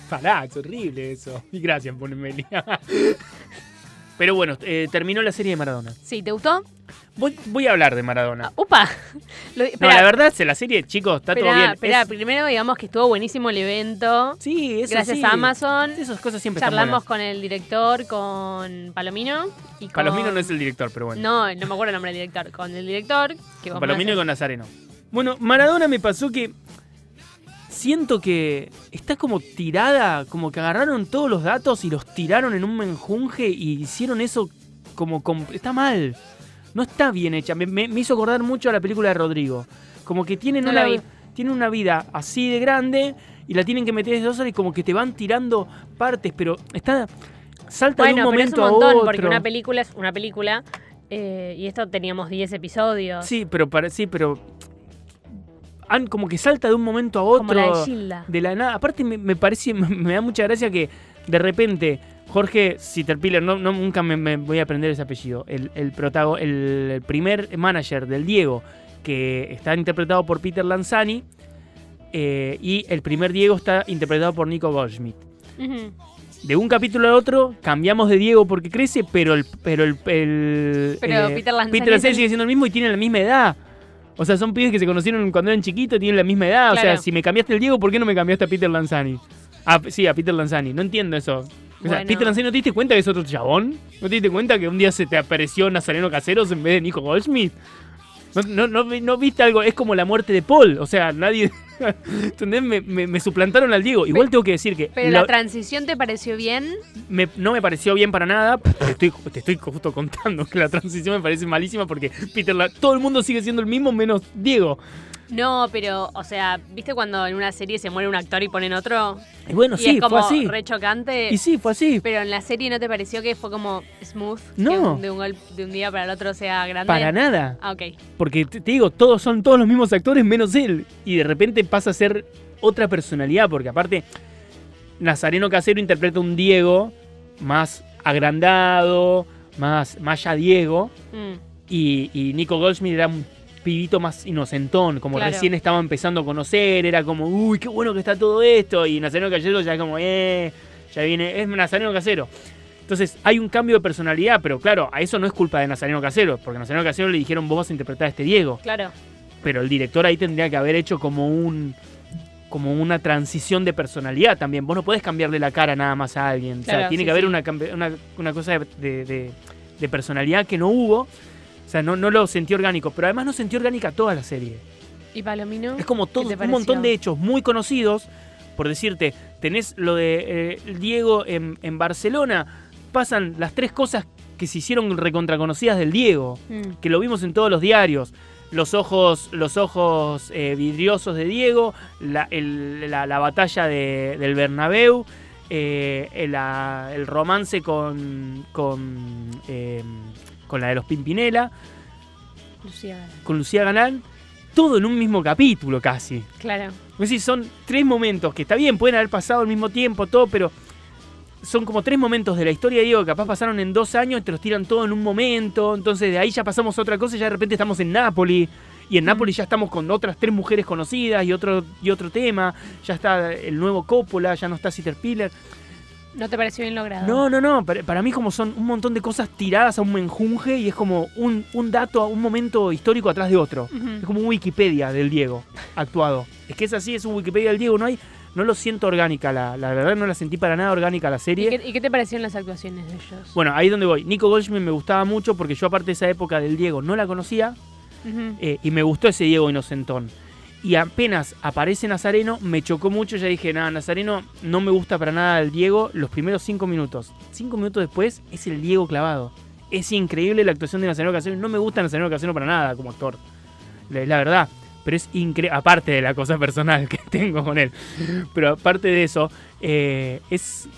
Speaker 1: Pará, es horrible eso. Y gracias por Meli. Pero bueno, eh, terminó la serie de Maradona.
Speaker 2: Sí, ¿te gustó?
Speaker 1: Voy, voy a hablar de Maradona.
Speaker 2: Ah, ¡Upa!
Speaker 1: No,
Speaker 2: Lo- esperá,
Speaker 1: la verdad, se- la serie, chicos, está todo
Speaker 2: esperá,
Speaker 1: bien.
Speaker 2: esperá.
Speaker 1: Es-
Speaker 2: Primero digamos que estuvo buenísimo el evento.
Speaker 1: sí, eso
Speaker 2: Gracias
Speaker 1: sí.
Speaker 2: a Amazon.
Speaker 1: Esas cosas siempre
Speaker 2: Charlamos
Speaker 1: están
Speaker 2: con el director, con Palomino. Y con...
Speaker 1: buenas. Palomino no es el director, pero bueno.
Speaker 2: No, no me acuerdo el nombre del director. Con el director, que vos
Speaker 1: Con Palomino y
Speaker 2: me haces-
Speaker 1: con Nazareno. Bueno, Maradona me pasó que siento que está como tirada, como que agarraron todos los datos y los tiraron en un menjunje y hicieron eso como... com- está mal, no está bien hecha. Me, me- me hizo acordar mucho a la película de Rodrigo. Como que tienen,
Speaker 2: No
Speaker 1: una,
Speaker 2: la vi.
Speaker 1: vi- tienen una vida así de grande y la tienen que meter desde dos horas y como que te van tirando partes, pero está... Salta de
Speaker 2: Bueno,
Speaker 1: un
Speaker 2: pero es
Speaker 1: momento
Speaker 2: un montón,
Speaker 1: a otro.
Speaker 2: porque una película es una película. eh, y esto teníamos 10 episodios.
Speaker 1: Sí, pero para, sí, pero han como que salta de un momento a
Speaker 2: como la de
Speaker 1: otro
Speaker 2: Gilda.
Speaker 1: de la nada. Aparte me, me parece me da mucha gracia que de repente Jorge Sitterpiller, no, no nunca me, me voy a aprender ese apellido, el el, protago- el primer manager del Diego que está interpretado por Peter Lanzani eh, y el primer Diego está interpretado por Nico Goldschmidt
Speaker 2: Ujú.
Speaker 1: de un capítulo al otro cambiamos de Diego porque crece, pero el pero el, el- eh,
Speaker 2: Pero Peter Lanzani es el-
Speaker 1: sigue siendo el mismo y tiene la misma edad. O sea, son pibes que se conocieron cuando eran chiquitos, tienen la misma edad. O sea,
Speaker 2: Claro.
Speaker 1: si me cambiaste el Diego, ¿por qué no me cambiaste a Peter Lanzani? Ah, p- sí, a Peter Lanzani. No entiendo eso. O sea,
Speaker 2: Bueno.
Speaker 1: Peter Lanzani, ¿no te diste cuenta que es otro chabón? ¿No te diste cuenta que un día se te apareció Nazareno Caseros en vez de Nico Goldschmidt? No, no, no, vi- no viste algo, es como la muerte de Paul. O sea, nadie. ¿Entendés? Me, me- me suplantaron al Diego. Igual tengo que decir que.
Speaker 2: Pero
Speaker 1: la-
Speaker 2: la... transición te pareció bien.
Speaker 1: me- no me pareció bien para nada. Te estoy, te estoy justo contando que la transición me parece malísima porque Peter La- todo el mundo sigue siendo el mismo menos Diego.
Speaker 2: No, pero, o sea, ¿viste cuando en una serie se muere un actor y ponen otro?
Speaker 1: Y bueno,
Speaker 2: y
Speaker 1: sí,
Speaker 2: es como
Speaker 1: fue así.
Speaker 2: re chocante.
Speaker 1: Y sí, fue así.
Speaker 2: Pero en la serie no te pareció que fue como smooth, que
Speaker 1: No.
Speaker 2: un- de un, gol- de un día para el otro sea grande.
Speaker 1: Para nada.
Speaker 2: Ah, ok.
Speaker 1: Porque te, te digo, todos son todos los mismos actores menos él. Y de repente pasa a ser otra personalidad, porque aparte Nazareno Casero interpreta un Diego más agrandado, más, más ya Diego,
Speaker 2: Mm,
Speaker 1: y, y Nico Goldschmidt era un pibito más inocentón, como
Speaker 2: Claro.
Speaker 1: recién estaba empezando a conocer, era como, uy, qué bueno que está todo esto, y Nazareno Casero ya como, eh, ya viene, es Nazareno Casero. Entonces, hay un cambio de personalidad, pero claro, a eso no es culpa de Nazareno Casero, porque a Nazareno Casero le dijeron, vos vas a interpretar a este Diego
Speaker 2: claro.
Speaker 1: pero el director ahí tendría que haber hecho como un como una transición de personalidad también. Vos no podés cambiarle la cara nada más a alguien. o sea,
Speaker 2: Claro,
Speaker 1: tiene
Speaker 2: sí,
Speaker 1: que haber
Speaker 2: sí.
Speaker 1: una, campe- una, una cosa de, de- de- de personalidad que no hubo. O sea, no, no lo sentí orgánico. Pero además no sentí orgánica toda la serie.
Speaker 2: ¿Y Palomino?
Speaker 1: Es como todo,
Speaker 2: te
Speaker 1: un montón
Speaker 2: pareció?
Speaker 1: de hechos muy conocidos. Por decirte, tenés lo de eh, Diego en, en Barcelona. Pasan las tres cosas que se hicieron recontraconocidas del Diego
Speaker 2: Mm,
Speaker 1: que lo vimos en todos los diarios. Los ojos, los ojos eh, vidriosos de Diego, la, el- la- la batalla de- del Bernabéu, eh, el, la- el romance con, con, eh, con la de los Pimpinela,
Speaker 2: Lucía Galán.
Speaker 1: con Lucía Galán, todo en un mismo capítulo casi.
Speaker 2: Claro.
Speaker 1: Es decir, Pues son tres momentos que está bien, pueden haber pasado al mismo tiempo, todo, pero son como tres momentos de la historia de Diego que capaz pasaron en dos años, te los tiran todo en un momento, entonces de ahí ya pasamos a otra cosa y ya de repente estamos en Nápoli. Y en
Speaker 2: Mm.
Speaker 1: Nápoli ya estamos con otras tres mujeres conocidas y otro, y otro tema. Ya está el nuevo Coppola, ya no está Sitter Piller.
Speaker 2: ¿No te pareció bien logrado?
Speaker 1: No, no, no. Para, para mí como son un montón de cosas tiradas a un menjunje y es como un, un dato, un momento histórico atrás de otro. Es
Speaker 2: Ujú.
Speaker 1: como un Wikipedia del Diego, actuado. Es que es así, es un Wikipedia del Diego, no hay. No lo siento orgánica, la, la verdad no la sentí para nada orgánica la
Speaker 2: ¿Y
Speaker 1: serie.
Speaker 2: qué, y qué te parecieron las actuaciones de ellos?
Speaker 1: Bueno, ahí es donde voy. Nico Goldschmidt me gustaba mucho porque yo aparte de esa época del Diego no la conocía
Speaker 2: Ujú.
Speaker 1: eh, y me gustó ese Diego inocentón. Y apenas aparece Nazareno, me chocó mucho, ya dije, nada, Nazareno no me gusta para nada el Diego los primeros cinco minutos. Cinco minutos después es el Diego clavado. Es increíble la actuación de Nazareno Casero. No me gusta Nazareno Casero para nada como actor. La, la verdad. Pero es increíble. Aparte de la cosa personal que tengo con él. Pero aparte de eso, eh, es.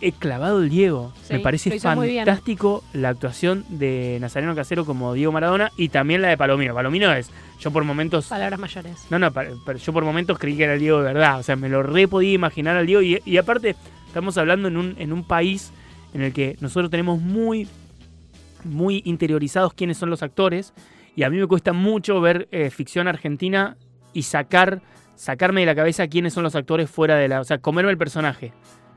Speaker 1: He clavado el Diego.
Speaker 2: Sí,
Speaker 1: Me
Speaker 2: lo
Speaker 1: parece
Speaker 2: hizo muy bien.
Speaker 1: fantástico la actuación de Nazareno Casero como Diego Maradona y también la de Palomino. Palomino es. Yo por momentos.
Speaker 2: Palabras mayores.
Speaker 1: No, no, pa- pa- yo por momentos creí que era el Diego de verdad. O sea, me lo re podía imaginar al Diego. Y, y aparte, estamos hablando en un, en un país en el que nosotros tenemos muy, muy interiorizados quiénes son los actores. Y a mí me cuesta mucho ver eh, ficción argentina y sacar, sacarme de la cabeza quiénes son los actores fuera de la. O sea, comerme el personaje.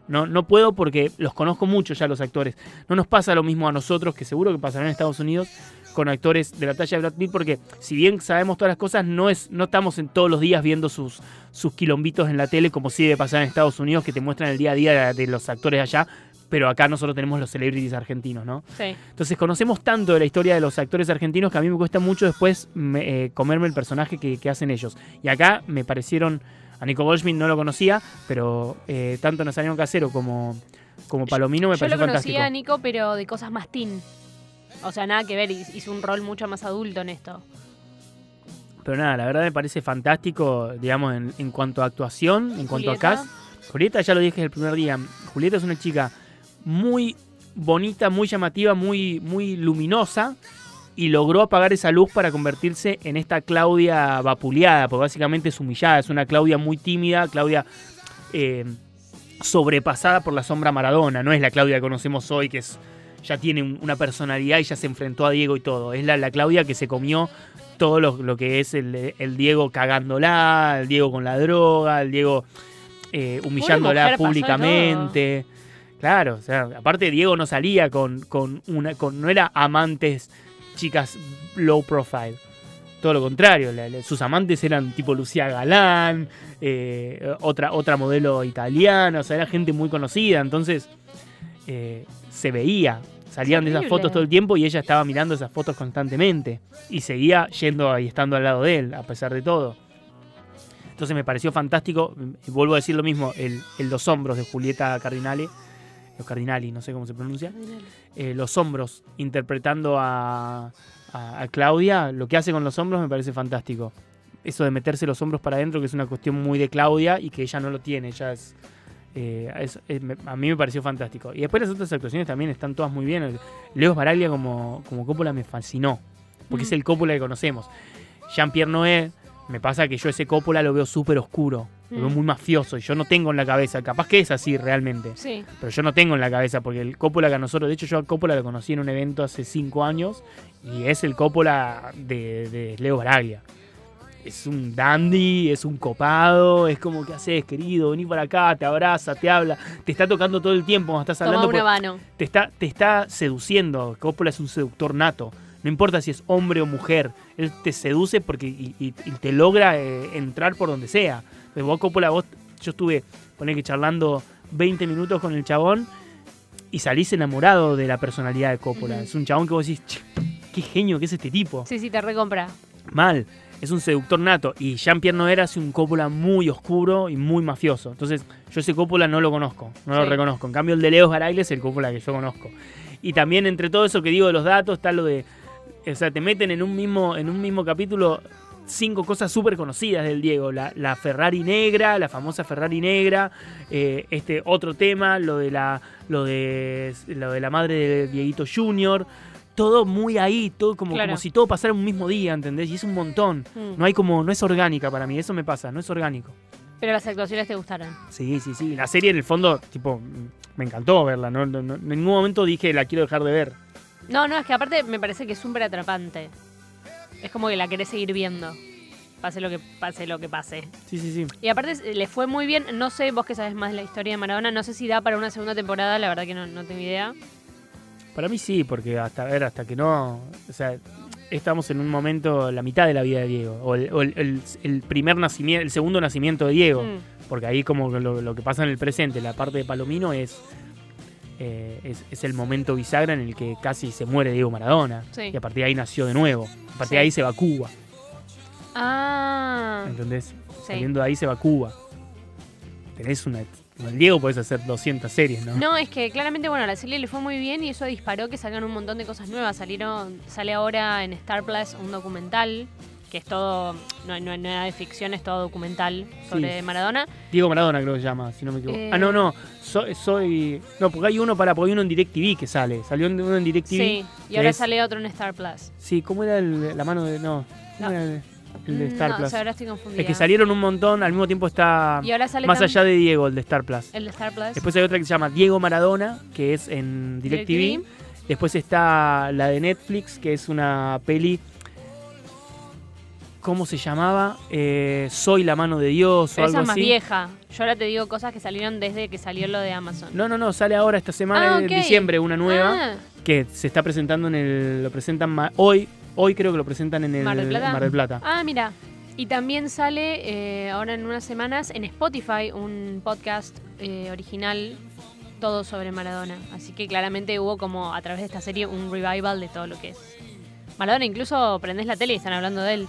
Speaker 1: No, no puedo porque los conozco mucho ya los actores. No nos pasa lo mismo a nosotros, que seguro que pasará en Estados Unidos, con actores de la talla de Brad Pitt, porque si bien sabemos todas las cosas, no, es, no estamos en todos los días viendo sus, sus quilombitos en la tele, como sí debe pasar en Estados Unidos, que te muestran el día a día de, de los actores allá, pero acá nosotros tenemos los celebrities argentinos, ¿no?
Speaker 2: Sí.
Speaker 1: Entonces conocemos tanto de la historia de los actores argentinos que a mí me cuesta mucho después me- eh, comerme el personaje que, que hacen ellos. Y acá me parecieron, a Nico Goldschmidt no lo conocía, pero eh, tanto Nazareno Casero como, como Palomino me
Speaker 2: Yo lo
Speaker 1: pareció fantástico.
Speaker 2: conocía a Nico, pero de cosas más teen. O sea, nada que ver. hiz- Hizo un rol mucho más adulto en esto.
Speaker 1: Pero nada, la verdad me parece fantástico, digamos, en, en cuanto a actuación, en cuanto a
Speaker 2: Julieta.
Speaker 1: cast. Julieta, ya lo dije el primer día, Julieta es una chica muy bonita, muy llamativa, muy, muy luminosa y logró apagar esa luz para convertirse en esta Claudia vapuleada, porque básicamente es humillada, es una Claudia muy tímida, Claudia eh, sobrepasada por la sombra Maradona, no es la Claudia que conocemos hoy, que es, ya tiene un- una personalidad y ya se enfrentó a Diego y todo, es la, la Claudia que se comió todo lo, lo que es el, el Diego cagándola, el Diego con la droga, el Diego eh, humillándola
Speaker 2: mujer pasó de
Speaker 1: públicamente. Claro, o sea, aparte Diego no salía con, con una, con, no era amantes chicas low profile. Todo lo contrario, la- la- sus amantes eran tipo Lucía Galán, eh, otra, otra modelo italiana, o sea, era gente muy conocida, entonces eh, se veía. Salían de esas
Speaker 2: Terrible.
Speaker 1: fotos todo el tiempo y ella estaba mirando esas fotos constantemente. Y seguía yendo y estando al lado de él, a pesar de todo. Entonces me pareció fantástico, y vuelvo a decir lo mismo, el, el Los Hombros de Julieta Cardinale, los Cardinali, no sé cómo se pronuncia, eh, los hombros interpretando a, a- a Claudia, lo que hace con los hombros me parece fantástico. Eso de meterse los hombros para adentro, que es una cuestión muy de Claudia y que ella no lo tiene, ella es... eh, es- es- me- a mí me pareció fantástico. Y después las otras actuaciones también están todas muy bien. El- Leo Baraglia como, como Coppola me fascinó, porque
Speaker 2: Mm.
Speaker 1: es el Coppola que conocemos. Jean-Pierre Noé, me pasa que yo ese Coppola lo veo súper oscuro. Lo veo muy mafioso y yo no tengo en la cabeza. Capaz que es así realmente.
Speaker 2: Sí.
Speaker 1: Pero yo no tengo en la cabeza porque el Coppola que a nosotros, de hecho yo a Coppola lo conocí en un evento hace cinco años y es el Coppola de, de Leo Baraglia. Es un dandy, es un copado, es como que haces, querido, vení para acá, te abraza, te habla, te está tocando todo el tiempo cuando estás
Speaker 2: Toma
Speaker 1: hablando.
Speaker 2: un
Speaker 1: porque
Speaker 2: habano.
Speaker 1: te está, te está seduciendo. Coppola es un seductor nato. No importa si es hombre o mujer, él te seduce porque y, y- y te logra eh, entrar por donde sea. Pero vos, Coppola, vos, yo estuve, poné que charlando 20 minutos con el chabón y salís enamorado de la personalidad de Coppola.
Speaker 2: Ujú.
Speaker 1: Es un chabón que vos decís, "Che, qué genio que es este tipo.
Speaker 2: Sí, sí, te recompra.
Speaker 1: Mal. Es un seductor nato. Y Jean-Pierre Noera hace un Coppola muy oscuro y muy mafioso. Entonces, yo ese Coppola no lo conozco. No lo
Speaker 2: Sí.
Speaker 1: reconozco. En cambio, el de Leo Baraglia es el Coppola que yo conozco. Y también, entre todo eso que digo de los datos, está lo de. O sea, te meten en un mismo, en un mismo capítulo cinco cosas súper conocidas del Diego. La, la Ferrari negra, la famosa Ferrari negra. eh, este otro tema, lo de la. Lo de. Lo de la madre de Dieguito Jr. Todo muy ahí, todo como,
Speaker 2: Claro.
Speaker 1: como si todo pasara un mismo día, ¿entendés? Y es un montón.
Speaker 2: Mm.
Speaker 1: No hay como, no es orgánica para mí, eso me pasa, no es orgánico.
Speaker 2: Pero las actuaciones te gustaron.
Speaker 1: Sí, sí, sí. La serie en el fondo, tipo, me encantó verla. No, No- no- en ningún momento dije la quiero dejar de ver.
Speaker 2: No, no, es que aparte me parece que es súper atrapante. Es como que la querés seguir viendo. Pase lo que pase lo que pase.
Speaker 1: Sí, sí, sí.
Speaker 2: Y aparte eh, le fue muy bien. No sé, vos que sabes más de la historia de Maradona, no sé si da para una segunda temporada, la verdad que no, no tengo idea.
Speaker 1: Para mí sí, porque hasta a ver, hasta que no. O sea, estamos en un momento, la mitad de la vida de Diego. O el, o el- el- el primer nacimiento, el segundo nacimiento de Diego.
Speaker 2: Mm.
Speaker 1: Porque ahí como que lo, lo que pasa en el presente, la parte de Palomino es, eh, es, es el momento bisagra en el que casi se muere Diego Maradona.
Speaker 2: Sí.
Speaker 1: Y a partir de ahí nació de nuevo. A partir de
Speaker 2: Sí.
Speaker 1: ahí se va a Cuba.
Speaker 2: Ah,
Speaker 1: ¿Entendés?
Speaker 2: sí.
Speaker 1: Saliendo de ahí se va a Cuba. Tenés una... Con el Diego podés hacer 200 series, ¿no?
Speaker 2: No, es que claramente, bueno, a la serie le fue muy bien y eso disparó que salgan un montón de cosas nuevas. Salieron, sale ahora en Star Plus un documental, que es todo, no, no, no era de ficción, es todo documental sobre
Speaker 1: Sí.
Speaker 2: Maradona.
Speaker 1: Diego Maradona creo que se llama, si no me equivoco.
Speaker 2: Eh.
Speaker 1: Ah, no, no. Soy, soy... No, porque hay uno para... Porque hay uno en DirecTV que sale. Salió uno en DirecTV.
Speaker 2: Sí, y
Speaker 1: que
Speaker 2: ahora
Speaker 1: es-
Speaker 2: sale otro en Star Plus.
Speaker 1: Sí, ¿cómo era el- la mano de...? No. ¿Cómo
Speaker 2: No. Mm,
Speaker 1: era el, el de Star
Speaker 2: no,
Speaker 1: Plus?
Speaker 2: o sea, ahora estoy confundida.
Speaker 1: es que salieron un montón. Al mismo tiempo está...
Speaker 2: y ahora sale
Speaker 1: Más
Speaker 2: tam-
Speaker 1: allá de Diego, el de Star Plus.
Speaker 2: el de Star Plus.
Speaker 1: Después hay otra que se llama Diego Maradona, que es en DirecTV. Después está la de Netflix, que es una peli. ¿Cómo se llamaba? Eh, Soy la mano de Dios o
Speaker 2: Pero
Speaker 1: algo
Speaker 2: esa es más
Speaker 1: así.
Speaker 2: vieja. Yo ahora te digo cosas que salieron desde que salió lo de Amazon.
Speaker 1: No, no, no, sale ahora esta semana,
Speaker 2: Ah,
Speaker 1: en
Speaker 2: ok.
Speaker 1: diciembre, una nueva
Speaker 2: Ah,
Speaker 1: que se está presentando en el. Lo presentan ma- hoy. Hoy creo que lo presentan en el
Speaker 2: Mar del Plata.
Speaker 1: Mar del Plata.
Speaker 2: Ah, mira. Y también sale eh, ahora en unas semanas en Spotify un podcast eh, original todo sobre Maradona. Así que claramente hubo como a través de esta serie un revival de todo lo que es. Maradona incluso prendés la tele y están hablando de él.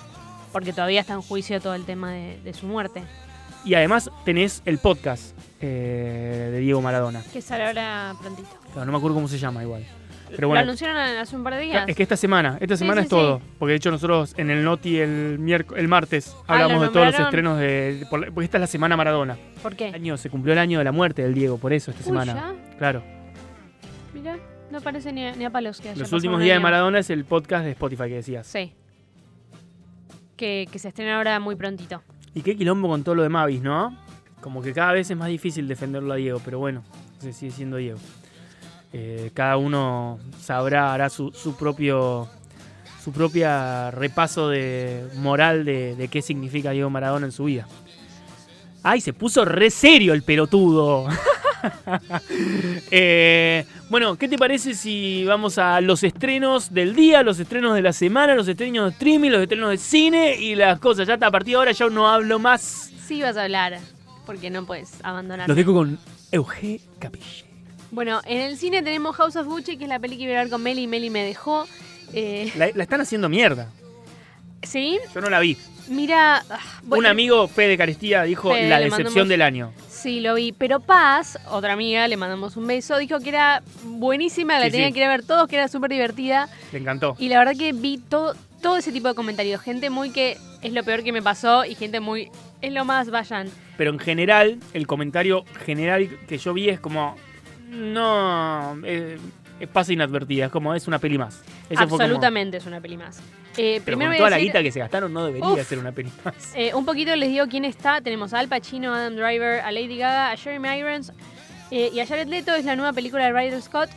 Speaker 2: Porque todavía está en juicio todo el tema de, de su muerte.
Speaker 1: Y además tenés el podcast eh, de Diego Maradona.
Speaker 2: Que sale ahora prontito.
Speaker 1: Claro, no me acuerdo cómo se llama igual. Pero
Speaker 2: Lo
Speaker 1: bueno,
Speaker 2: anunciaron hace un par de días.
Speaker 1: Claro, Es que esta semana, esta
Speaker 2: Sí,
Speaker 1: semana
Speaker 2: sí,
Speaker 1: es todo.
Speaker 2: sí.
Speaker 1: Porque de hecho nosotros en el Noti el miércoles, el martes
Speaker 2: Ah,
Speaker 1: hablamos
Speaker 2: ¿lo
Speaker 1: de todos los
Speaker 2: nombraron?
Speaker 1: estrenos de. por la- Porque esta es la semana Maradona.
Speaker 2: ¿Por
Speaker 1: El
Speaker 2: qué?
Speaker 1: año, se cumplió el año de la muerte del Diego, por eso esta
Speaker 2: Uy,
Speaker 1: semana. Claro.
Speaker 2: Mira, no parece ni a, ni a palos que haya
Speaker 1: Los
Speaker 2: pasado
Speaker 1: últimos
Speaker 2: un
Speaker 1: días de
Speaker 2: año.
Speaker 1: Maradona es el podcast de Spotify que decías.
Speaker 2: Sí. Que, que se estrena ahora muy prontito.
Speaker 1: Y qué quilombo con todo lo de Mavis, ¿no? Como que cada vez es más difícil defenderlo a Diego, pero bueno, se sigue siendo Diego. Eh, cada uno sabrá, hará su, su propio su propia repaso de moral de, de qué significa Diego Maradona en su vida. ¡Ay, se puso re serio el pelotudo! Eh, bueno, ¿qué te parece si vamos a los estrenos del día, los estrenos de la semana, los estrenos de streaming, los estrenos de cine y las cosas? Ya está, a partir de ahora yo no hablo más.
Speaker 2: Sí vas a hablar, porque no puedes abandonar.
Speaker 1: Los dejo con Euge Capille.
Speaker 2: Bueno, en el cine tenemos House of Gucci, que es la peli que iba a hablar con Meli. Meli me dejó. Eh,
Speaker 1: La, la están haciendo mierda.
Speaker 2: sí,
Speaker 1: Yo no la vi.
Speaker 2: mira... ah,
Speaker 1: Un
Speaker 2: bueno,
Speaker 1: amigo, Fede Carestía, dijo
Speaker 2: Fede,
Speaker 1: la
Speaker 2: le
Speaker 1: decepción
Speaker 2: mandamos-
Speaker 1: del año.
Speaker 2: Sí, lo vi. Pero Paz, otra amiga, le mandamos un beso, dijo que era buenísima, la
Speaker 1: Sí,
Speaker 2: tenía
Speaker 1: sí.
Speaker 2: que ir a ver todos, que era súper divertida.
Speaker 1: Le encantó.
Speaker 2: Y la verdad que vi todo, todo ese tipo de comentarios. Gente muy que es lo peor que me pasó y gente muy es lo más, vayan.
Speaker 1: Pero en general, el comentario general que yo vi es como. No. eh, eh, pasa inadvertida, es como es una peli más. Ese fue como-
Speaker 2: Absolutamente es una peli más. Eh,
Speaker 1: pero
Speaker 2: primero
Speaker 1: con
Speaker 2: voy
Speaker 1: toda
Speaker 2: a
Speaker 1: la
Speaker 2: decir,
Speaker 1: guita que se gastaron no debería
Speaker 2: Uf.
Speaker 1: ser una peli más.
Speaker 2: eh, un poquito les digo quién está. Tenemos a Al Pacino, a Adam Driver, a Lady Gaga, a Jeremy Irons eh, y a Jared Leto. Es la nueva película de Ryder Scott.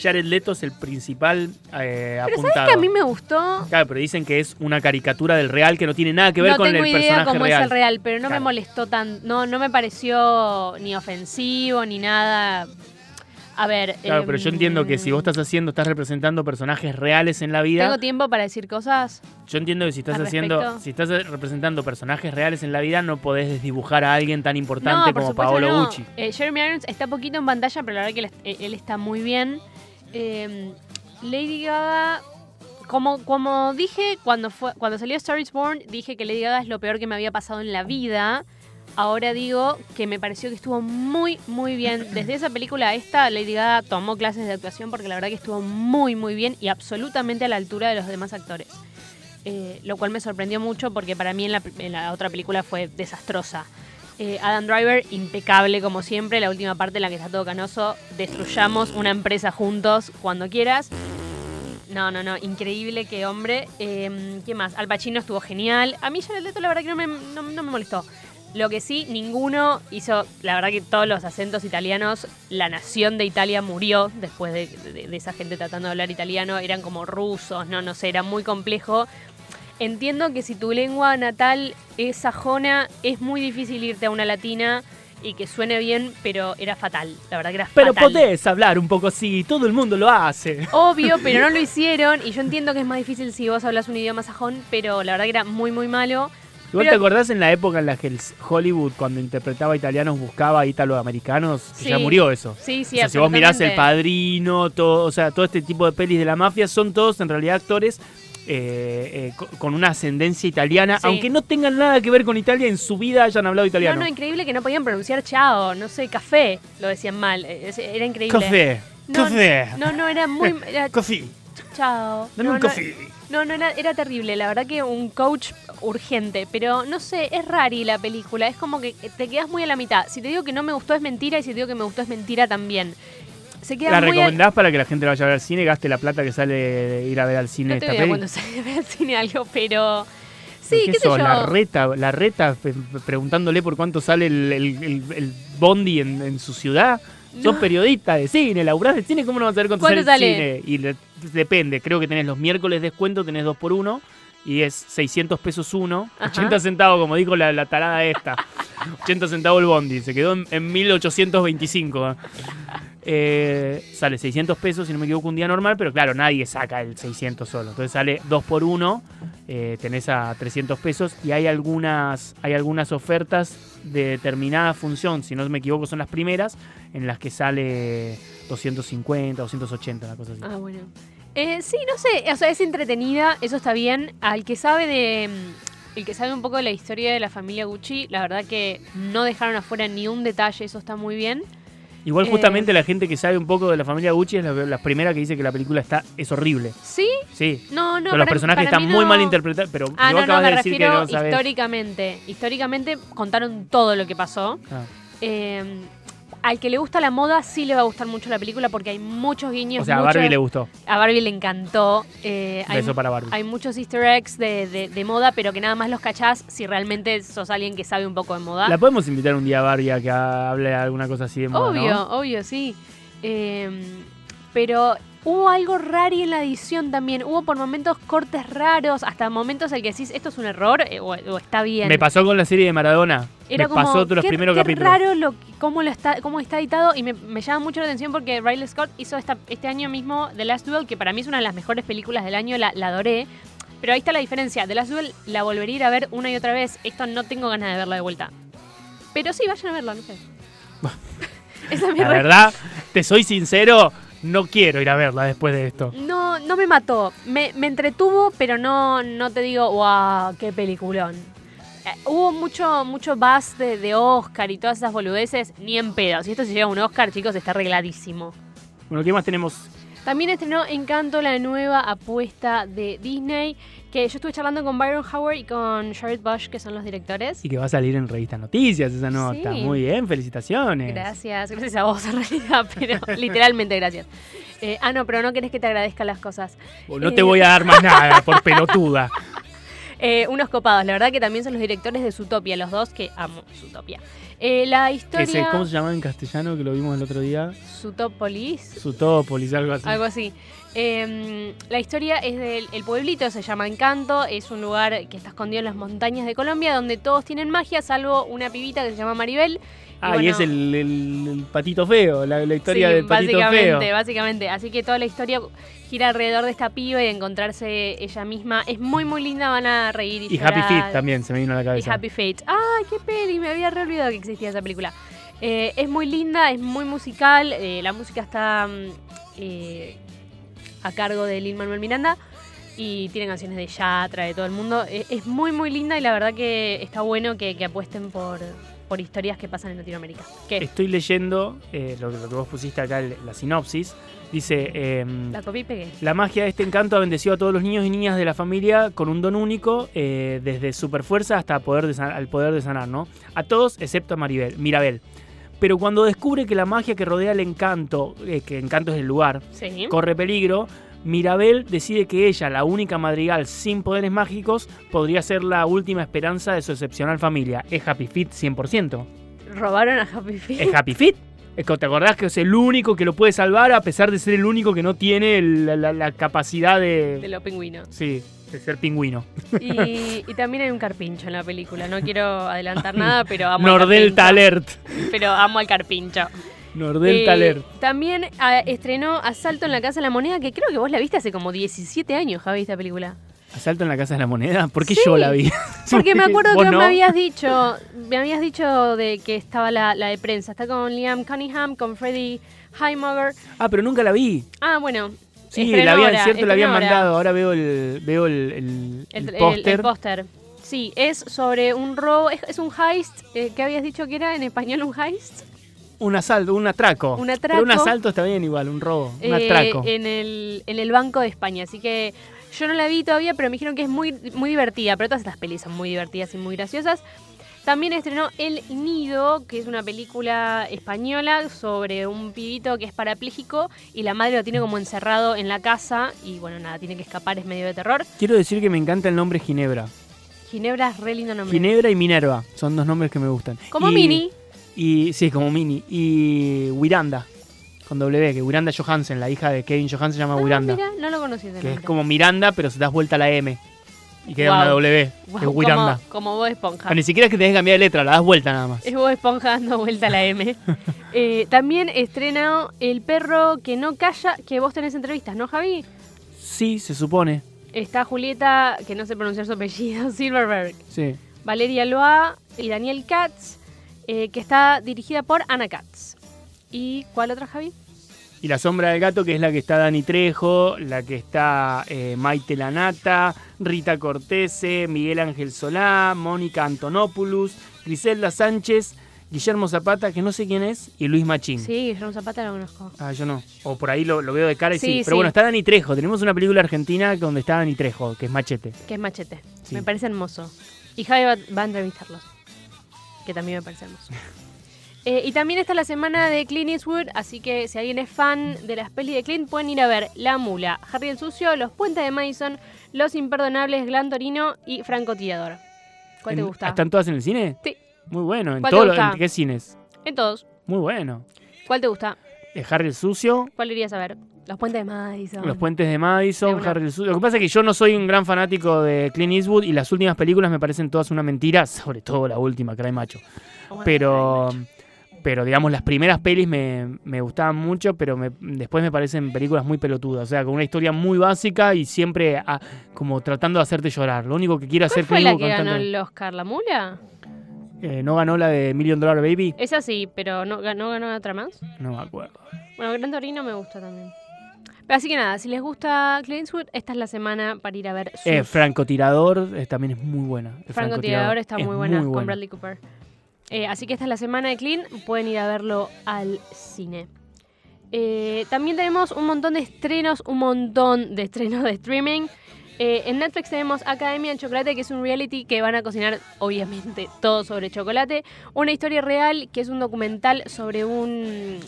Speaker 1: Jared Leto es el principal eh,
Speaker 2: Pero
Speaker 1: apuntado.
Speaker 2: ¿sabes que a mí me gustó?
Speaker 1: Claro, pero dicen que es una caricatura del real que no tiene nada que ver
Speaker 2: no
Speaker 1: con
Speaker 2: tengo
Speaker 1: el
Speaker 2: idea
Speaker 1: personaje
Speaker 2: cómo
Speaker 1: real.
Speaker 2: es el real, pero no
Speaker 1: Claro.
Speaker 2: me molestó tan. No, no me pareció ni ofensivo ni nada. A ver.
Speaker 1: Claro, pero yo
Speaker 2: em,
Speaker 1: entiendo que si vos estás haciendo, estás representando personajes reales en la vida.
Speaker 2: Tengo tiempo para decir cosas.
Speaker 1: Yo entiendo que si estás
Speaker 2: al
Speaker 1: haciendo,
Speaker 2: respecto.
Speaker 1: si estás eh, representando personajes reales en la vida, no podés desdibujar a alguien tan importante
Speaker 2: por
Speaker 1: como
Speaker 2: supuesto
Speaker 1: Paolo
Speaker 2: no.
Speaker 1: Gucci.
Speaker 2: Eh, Jeremy Irons está poquito en pantalla, pero la verdad que él, est- él está muy bien. Eh, Lady Gaga, como, como dije cuando, fue, cuando salió Star is Born, dije que Lady Gaga es lo peor que me había pasado en la vida. Ahora digo que me pareció que estuvo muy, muy bien. Desde esa película a esta, Lady Gaga tomó clases de actuación porque la verdad que estuvo muy, muy bien y absolutamente a la altura de los demás actores. Eh, lo cual me sorprendió mucho porque para mí en la, en la otra película fue desastrosa. Eh, Adam Driver, impecable como siempre, la última parte en la que está todo canoso, destruyamos una empresa juntos cuando quieras. No, no, no, increíble, qué hombre. Eh, ¿Qué más? Al Pacino estuvo genial. A mí Jared Leto la verdad que no me, no- no me molestó. Lo que sí, ninguno hizo, la verdad que todos los acentos italianos, la nación de Italia murió después de, de- de esa gente tratando de hablar italiano, eran como rusos, no, no sé, era muy complejo. Entiendo que si tu lengua natal es sajona, es muy difícil irte a una latina y que suene bien, pero era fatal, la verdad que era
Speaker 1: Pero
Speaker 2: fatal.
Speaker 1: podés hablar un poco así, todo el mundo lo hace.
Speaker 2: Obvio, pero no lo hicieron. Y yo entiendo que es más difícil si vos hablas un idioma sajón, pero la verdad que era muy, muy malo.
Speaker 1: ¿Vos
Speaker 2: Pero-
Speaker 1: te acordás en la época en la que el Hollywood, cuando interpretaba italianos, buscaba italoamericanos?
Speaker 2: Sí.
Speaker 1: Ya murió eso.
Speaker 2: Sí, sí,
Speaker 1: o sea, si vos mirás El
Speaker 2: absolutamente.
Speaker 1: Padrino, todo, o sea, todo este tipo de pelis de la mafia, son todos en realidad actores eh, eh, co- con una ascendencia italiana,
Speaker 2: Sí.
Speaker 1: aunque no tengan nada que ver con Italia, en su vida hayan hablado italiano.
Speaker 2: No, no, increíble que no podían pronunciar chao, no sé, café, lo decían mal. eh, es- Era increíble.
Speaker 1: café,
Speaker 2: No,
Speaker 1: café,
Speaker 2: No, no, era muy. Era
Speaker 1: café,
Speaker 2: chao.
Speaker 1: dame
Speaker 2: no,
Speaker 1: un
Speaker 2: no,
Speaker 1: café.
Speaker 2: No, no, era, era terrible. La verdad que un coach urgente. Pero no sé, es rari la película. Es como que te quedas muy a la mitad. Si te digo que no me gustó es mentira y si te digo que me gustó es mentira también. Se queda
Speaker 1: ¿La
Speaker 2: muy al-
Speaker 1: recomendás para que la gente vaya a ver al cine, gaste la plata que sale de ir a ver al cine
Speaker 2: No te
Speaker 1: esta
Speaker 2: voy a
Speaker 1: peli?
Speaker 2: cuando se ve al cine algo, pero.
Speaker 1: ¿Qué
Speaker 2: Sí, qué sé
Speaker 1: sos?
Speaker 2: yo.
Speaker 1: La reta, la reta pe- pe- preguntándole por cuánto sale el, el- el- el bondi en, en su ciudad. Sos
Speaker 2: No.
Speaker 1: periodista de cine, laburás de cine, ¿cómo no vas a saber cuánto sale el
Speaker 2: ¿Cuánto
Speaker 1: cine?
Speaker 2: sale?
Speaker 1: Y le- depende, creo que tenés los miércoles descuento, tenés dos por uno y es 600 pesos uno,
Speaker 2: Ajá.
Speaker 1: 80 centavos, como dijo la, la tarada esta. 80 centavos el bondi, se quedó en, en 1825. Eh, sale 600 pesos, si no me equivoco, un día normal, pero claro, nadie saca el 600 solo. Entonces sale 2 por 1 eh, tenés a 300 pesos y hay algunas, hay algunas ofertas de determinada función, si no me equivoco son las primeras, en las que sale 250, 280, una cosa así.
Speaker 2: Ah, bueno. Eh, sí, no sé. O sea, es entretenida, eso está bien. Al que sabe de. mm, El que sabe un poco de la historia de la familia Gucci, la verdad que no dejaron afuera ni un detalle, eso está muy bien.
Speaker 1: Igual
Speaker 2: eh.
Speaker 1: justamente la gente que sabe un poco de la familia Gucci es la, la primera que dice que la película está, es horrible.
Speaker 2: Sí,
Speaker 1: Sí,
Speaker 2: no, no.
Speaker 1: Pero los
Speaker 2: para-
Speaker 1: personajes
Speaker 2: para
Speaker 1: están
Speaker 2: mí
Speaker 1: muy
Speaker 2: no-
Speaker 1: mal interpretados, pero
Speaker 2: Ah,
Speaker 1: vos
Speaker 2: no, no,
Speaker 1: acabas
Speaker 2: me
Speaker 1: de decir que
Speaker 2: refiero
Speaker 1: no sabés.
Speaker 2: históricamente. Históricamente contaron todo lo que pasó.
Speaker 1: Ah.
Speaker 2: Eh, al que le gusta la moda sí le va a gustar mucho la película porque hay muchos guiños.
Speaker 1: O sea, a
Speaker 2: muchas-
Speaker 1: Barbie le gustó.
Speaker 2: A Barbie le encantó. eh, hay,
Speaker 1: Beso para Barbie.
Speaker 2: hay muchos easter eggs de, de- de moda, pero que nada más los cachás si realmente sos alguien que sabe un poco de moda.
Speaker 1: La podemos invitar un día a Barbie a que hable alguna cosa así de moda,
Speaker 2: obvio,
Speaker 1: ¿no?
Speaker 2: obvio, sí. Eh, pero hubo algo raro en la edición también. Hubo por momentos cortes raros, hasta momentos en que decís, esto es un error eh, o, o está bien.
Speaker 1: Me pasó con la serie de Maradona.
Speaker 2: Era
Speaker 1: me
Speaker 2: como,
Speaker 1: pasó los
Speaker 2: qué-
Speaker 1: primeros
Speaker 2: qué
Speaker 1: capítulos.
Speaker 2: raro lo, que- cómo, lo está, cómo está editado y me, me llama mucho la atención porque Riley Scott hizo esta, este año mismo The Last Duel, que para mí es una de las mejores películas del año, la, la adoré. Pero ahí está la diferencia. The Last Duel la volvería a ir a ver una y otra vez. Esto no tengo ganas de verla de vuelta. Pero sí, vayan a verla, no sé. Esa es mi
Speaker 1: La
Speaker 2: re-
Speaker 1: verdad, te soy sincero, no quiero ir a verla después de esto.
Speaker 2: No, no me mató. Me, me entretuvo, pero no, no te digo, wow, qué peliculón. Eh, Hubo mucho, mucho buzz de, de Oscar y todas esas boludeces, ni en pedo. Si esto se lleva un Oscar, chicos, está arregladísimo.
Speaker 1: Bueno, ¿qué más tenemos?
Speaker 2: También estrenó Encanto, la nueva apuesta de Disney, que yo estuve charlando con Byron Howard y con Jared Bush, que son los directores.
Speaker 1: Y que va a salir en Revista Noticias esa nota.
Speaker 2: Sí.
Speaker 1: Muy bien, felicitaciones.
Speaker 2: Gracias, gracias a vos en realidad, pero literalmente gracias. Eh, ah, no, pero no querés que te agradezca las cosas.
Speaker 1: O No te voy a dar más nada, por pelotuda.
Speaker 2: Eh, unos copados, la verdad que también son los directores de Zootopia, los dos que amo Zootopia. Eh, la
Speaker 1: Que se-
Speaker 2: historia...
Speaker 1: ¿Cómo se llama en castellano que lo vimos el otro día?
Speaker 2: Zootopolis.
Speaker 1: Sutópolis, algo así.
Speaker 2: Algo así. Eh, la historia es del el pueblito, se llama Encanto, es un lugar que está escondido en las montañas de Colombia donde todos tienen magia, salvo una pibita que se llama Maribel.
Speaker 1: ah, y
Speaker 2: bueno.
Speaker 1: es el, el- el patito feo, la, la historia
Speaker 2: Sí,
Speaker 1: del patito
Speaker 2: básicamente,
Speaker 1: feo.
Speaker 2: básicamente. Así que toda la historia gira alrededor de esta piba y de encontrarse ella misma. Es muy, muy linda, van a reír y,
Speaker 1: Y Happy
Speaker 2: llorar.
Speaker 1: Feet también se me vino a la
Speaker 2: Y
Speaker 1: cabeza.
Speaker 2: Happy Fate. ¡Ah, qué peli! Me había re olvidado que existía esa película. Eh, es muy linda, es muy musical. eh, la música está mm, eh, a cargo de Lin Manuel Miranda. Y tiene canciones de Yatra, de todo el mundo. Eh, es muy, muy linda y la verdad que está bueno que, que apuesten por, por historias que pasan en Latinoamérica. ¿Qué?
Speaker 1: Estoy leyendo eh, lo, que- lo que vos pusiste acá, el- la sinopsis. Dice, em,
Speaker 2: La copié y pegué.
Speaker 1: La magia de este encanto ha bendecido a todos los niños y niñas de la familia con un don único, eh, desde superfuerza hasta poder de san- al poder de sanar, ¿no? A todos excepto a Maribel, Mirabel. Pero cuando descubre que la magia que rodea el encanto, eh, que encanto es el lugar,
Speaker 2: Sí.
Speaker 1: corre peligro, Mirabel decide que ella, la única madrigal sin poderes mágicos, podría ser la última esperanza de su excepcional familia. Es Happy Fit 100%.
Speaker 2: Robaron a Happy Feet.
Speaker 1: Es Happy Fit. Es que ¿Te acordás que es el único que lo puede salvar a pesar de ser el único que no tiene el- la- la- la capacidad
Speaker 2: De los pingüinos.
Speaker 1: Sí, de ser pingüino.
Speaker 2: Y, y también hay un carpincho en la película. No quiero adelantar nada, pero amo al
Speaker 1: Nordelta
Speaker 2: carpincho.
Speaker 1: Alert.
Speaker 2: Pero amo al carpincho.
Speaker 1: Nordelta
Speaker 2: Eh,
Speaker 1: Alert.
Speaker 2: También ah, estrenó Asalto en la Casa de la Moneda, que creo que vos la viste hace como 17 años, Javi, esta película.
Speaker 1: ¿Asalto en la casa de la moneda? ¿Por qué
Speaker 2: Sí.
Speaker 1: yo la vi?
Speaker 2: Porque me acuerdo
Speaker 1: ¿Vos
Speaker 2: que vos
Speaker 1: no?
Speaker 2: me habías dicho, me habías dicho de que estaba la, la de prensa. Está con Liam Cunningham, con Freddie Highmower.
Speaker 1: Ah, pero nunca la vi.
Speaker 2: Ah, bueno.
Speaker 1: Sí,
Speaker 2: estrenó
Speaker 1: la habían,
Speaker 2: ahora,
Speaker 1: cierto, la habían
Speaker 2: estrenó ahora.
Speaker 1: mandado. Ahora veo el, veo el, el, el
Speaker 2: El, el- el
Speaker 1: póster.
Speaker 2: póster. Sí, es sobre un robo, es, es un heist, eh, ¿qué habías dicho que era en español un heist?
Speaker 1: Un asalto, un atraco. Pero
Speaker 2: Un
Speaker 1: un
Speaker 2: atraco.
Speaker 1: asalto está bien igual, un robo, un
Speaker 2: Eh,
Speaker 1: atraco.
Speaker 2: en, el, en el Banco de España. Así que yo no la vi todavía, pero me dijeron que es muy, muy divertida. Pero todas estas pelis son muy divertidas y muy graciosas. También estrenó El Nido, que es una película española sobre un pibito que es parapléjico y la madre lo tiene como encerrado en la casa y bueno, nada, tiene que escapar, es medio de terror.
Speaker 1: Quiero decir que me encanta el nombre Ginebra.
Speaker 2: Ginebra es re lindo nombre.
Speaker 1: Ginebra y Minerva son dos nombres que me gustan.
Speaker 2: como
Speaker 1: Y-
Speaker 2: Mini,
Speaker 1: Y sí, como Mini. Y Wiranda, con W, que Wiranda Johansen, la hija de Kevin Johansen, se llama
Speaker 2: Ah,
Speaker 1: Wiranda.
Speaker 2: mira, no lo conocí ese
Speaker 1: Que es
Speaker 2: nombre.
Speaker 1: como Miranda, pero se das vuelta a la M. Y queda una
Speaker 2: Guau.
Speaker 1: W.
Speaker 2: Guau,
Speaker 1: es Wiranda.
Speaker 2: Como, como Bob Esponja.
Speaker 1: Ah, ni siquiera es que tenés que cambiar de letra, la das vuelta nada más.
Speaker 2: Es Bob Esponja dando vuelta a la M. Eh, también estrena El perro que no calla, que vos tenés entrevistas, ¿no, Javi?
Speaker 1: Sí, se supone.
Speaker 2: Está Julieta, que no sé pronunciar su apellido, Silverberg,
Speaker 1: Sí.
Speaker 2: Valeria Loa y Daniel Katz, eh, que está dirigida por Ana Katz. ¿Y cuál otra, Javi?
Speaker 1: Y la sombra del gato, que es la que está Dani Trejo, la que está eh, Maite Lanata, Rita Cortese, Miguel Ángel Solá, Mónica Antonopoulos, Griselda Sánchez, Guillermo Zapata, que no sé quién es, y Luis Machín.
Speaker 2: Sí, Guillermo Zapata lo conozco.
Speaker 1: Ah, yo no. O por ahí lo, lo veo de cara y sí.
Speaker 2: Sí,
Speaker 1: Pero
Speaker 2: sí.
Speaker 1: bueno, está Dani Trejo. Tenemos una película argentina donde está Dani Trejo, que es Machete.
Speaker 2: Que es Machete.
Speaker 1: Sí.
Speaker 2: Me parece hermoso. Y Javi va, va a entrevistarlos. Que también me parece hermoso. Eh, y también está la semana de Clint Eastwood, así que si alguien es fan de las pelis de Clint, pueden ir a ver La Mula, Harry el Sucio, Los Puentes de Madison, Los Imperdonables, Gran Torino y Francotirador. ¿Cuál te
Speaker 1: En-
Speaker 2: gusta?
Speaker 1: ¿Están todas en el cine?
Speaker 2: Sí.
Speaker 1: Muy bueno. ¿En
Speaker 2: ¿Cuál te
Speaker 1: todos los-
Speaker 2: gusta?
Speaker 1: ¿En qué cines?
Speaker 2: En todos.
Speaker 1: Muy bueno.
Speaker 2: ¿Cuál te gusta?
Speaker 1: Eh, Harry el Sucio,
Speaker 2: ¿Cuál irías a ver? Los Puentes de Madison.
Speaker 1: Los Puentes de
Speaker 2: Ah. De
Speaker 1: Madison,
Speaker 2: una.
Speaker 1: Harry el Sucio. Lo que pasa es que yo no soy un gran fanático de Clint Eastwood y las últimas películas me parecen todas una mentira, sobre todo la última, Cry Macho.
Speaker 2: Bueno,
Speaker 1: Pero, pero digamos, las primeras pelis me, me gustaban mucho, pero me- después me parecen películas muy pelotudas. O sea, con una historia muy básica y siempre ah, como tratando de hacerte llorar. Lo único que quiere hacer
Speaker 2: ¿Cuál fue
Speaker 1: Clint
Speaker 2: la
Speaker 1: Eastwood
Speaker 2: que
Speaker 1: con
Speaker 2: ganó
Speaker 1: tanta-
Speaker 2: el Oscar? ¿La Mula?
Speaker 1: Eh, ¿No ganó la de Million Dollar Baby?
Speaker 2: Esa sí, pero ¿no ganó, ganó otra más?
Speaker 1: No me acuerdo.
Speaker 2: Bueno, Gran Torino me gusta también. Pero así que nada, si les gusta Clint Eastwood, esta es la semana para ir a ver sus
Speaker 1: Eh, francotirador eh, también es muy buena. El
Speaker 2: francotirador. Está
Speaker 1: es
Speaker 2: muy buena, con Bradley Cooper. Eh, así que esta es la semana de Clint, pueden ir a verlo al cine. Eh, también tenemos un montón de estrenos, un montón de estrenos de streaming. Eh, en Netflix tenemos Academia del Chocolate, que es un reality que van a cocinar, obviamente, todo sobre chocolate. Una historia real, que es un documental sobre un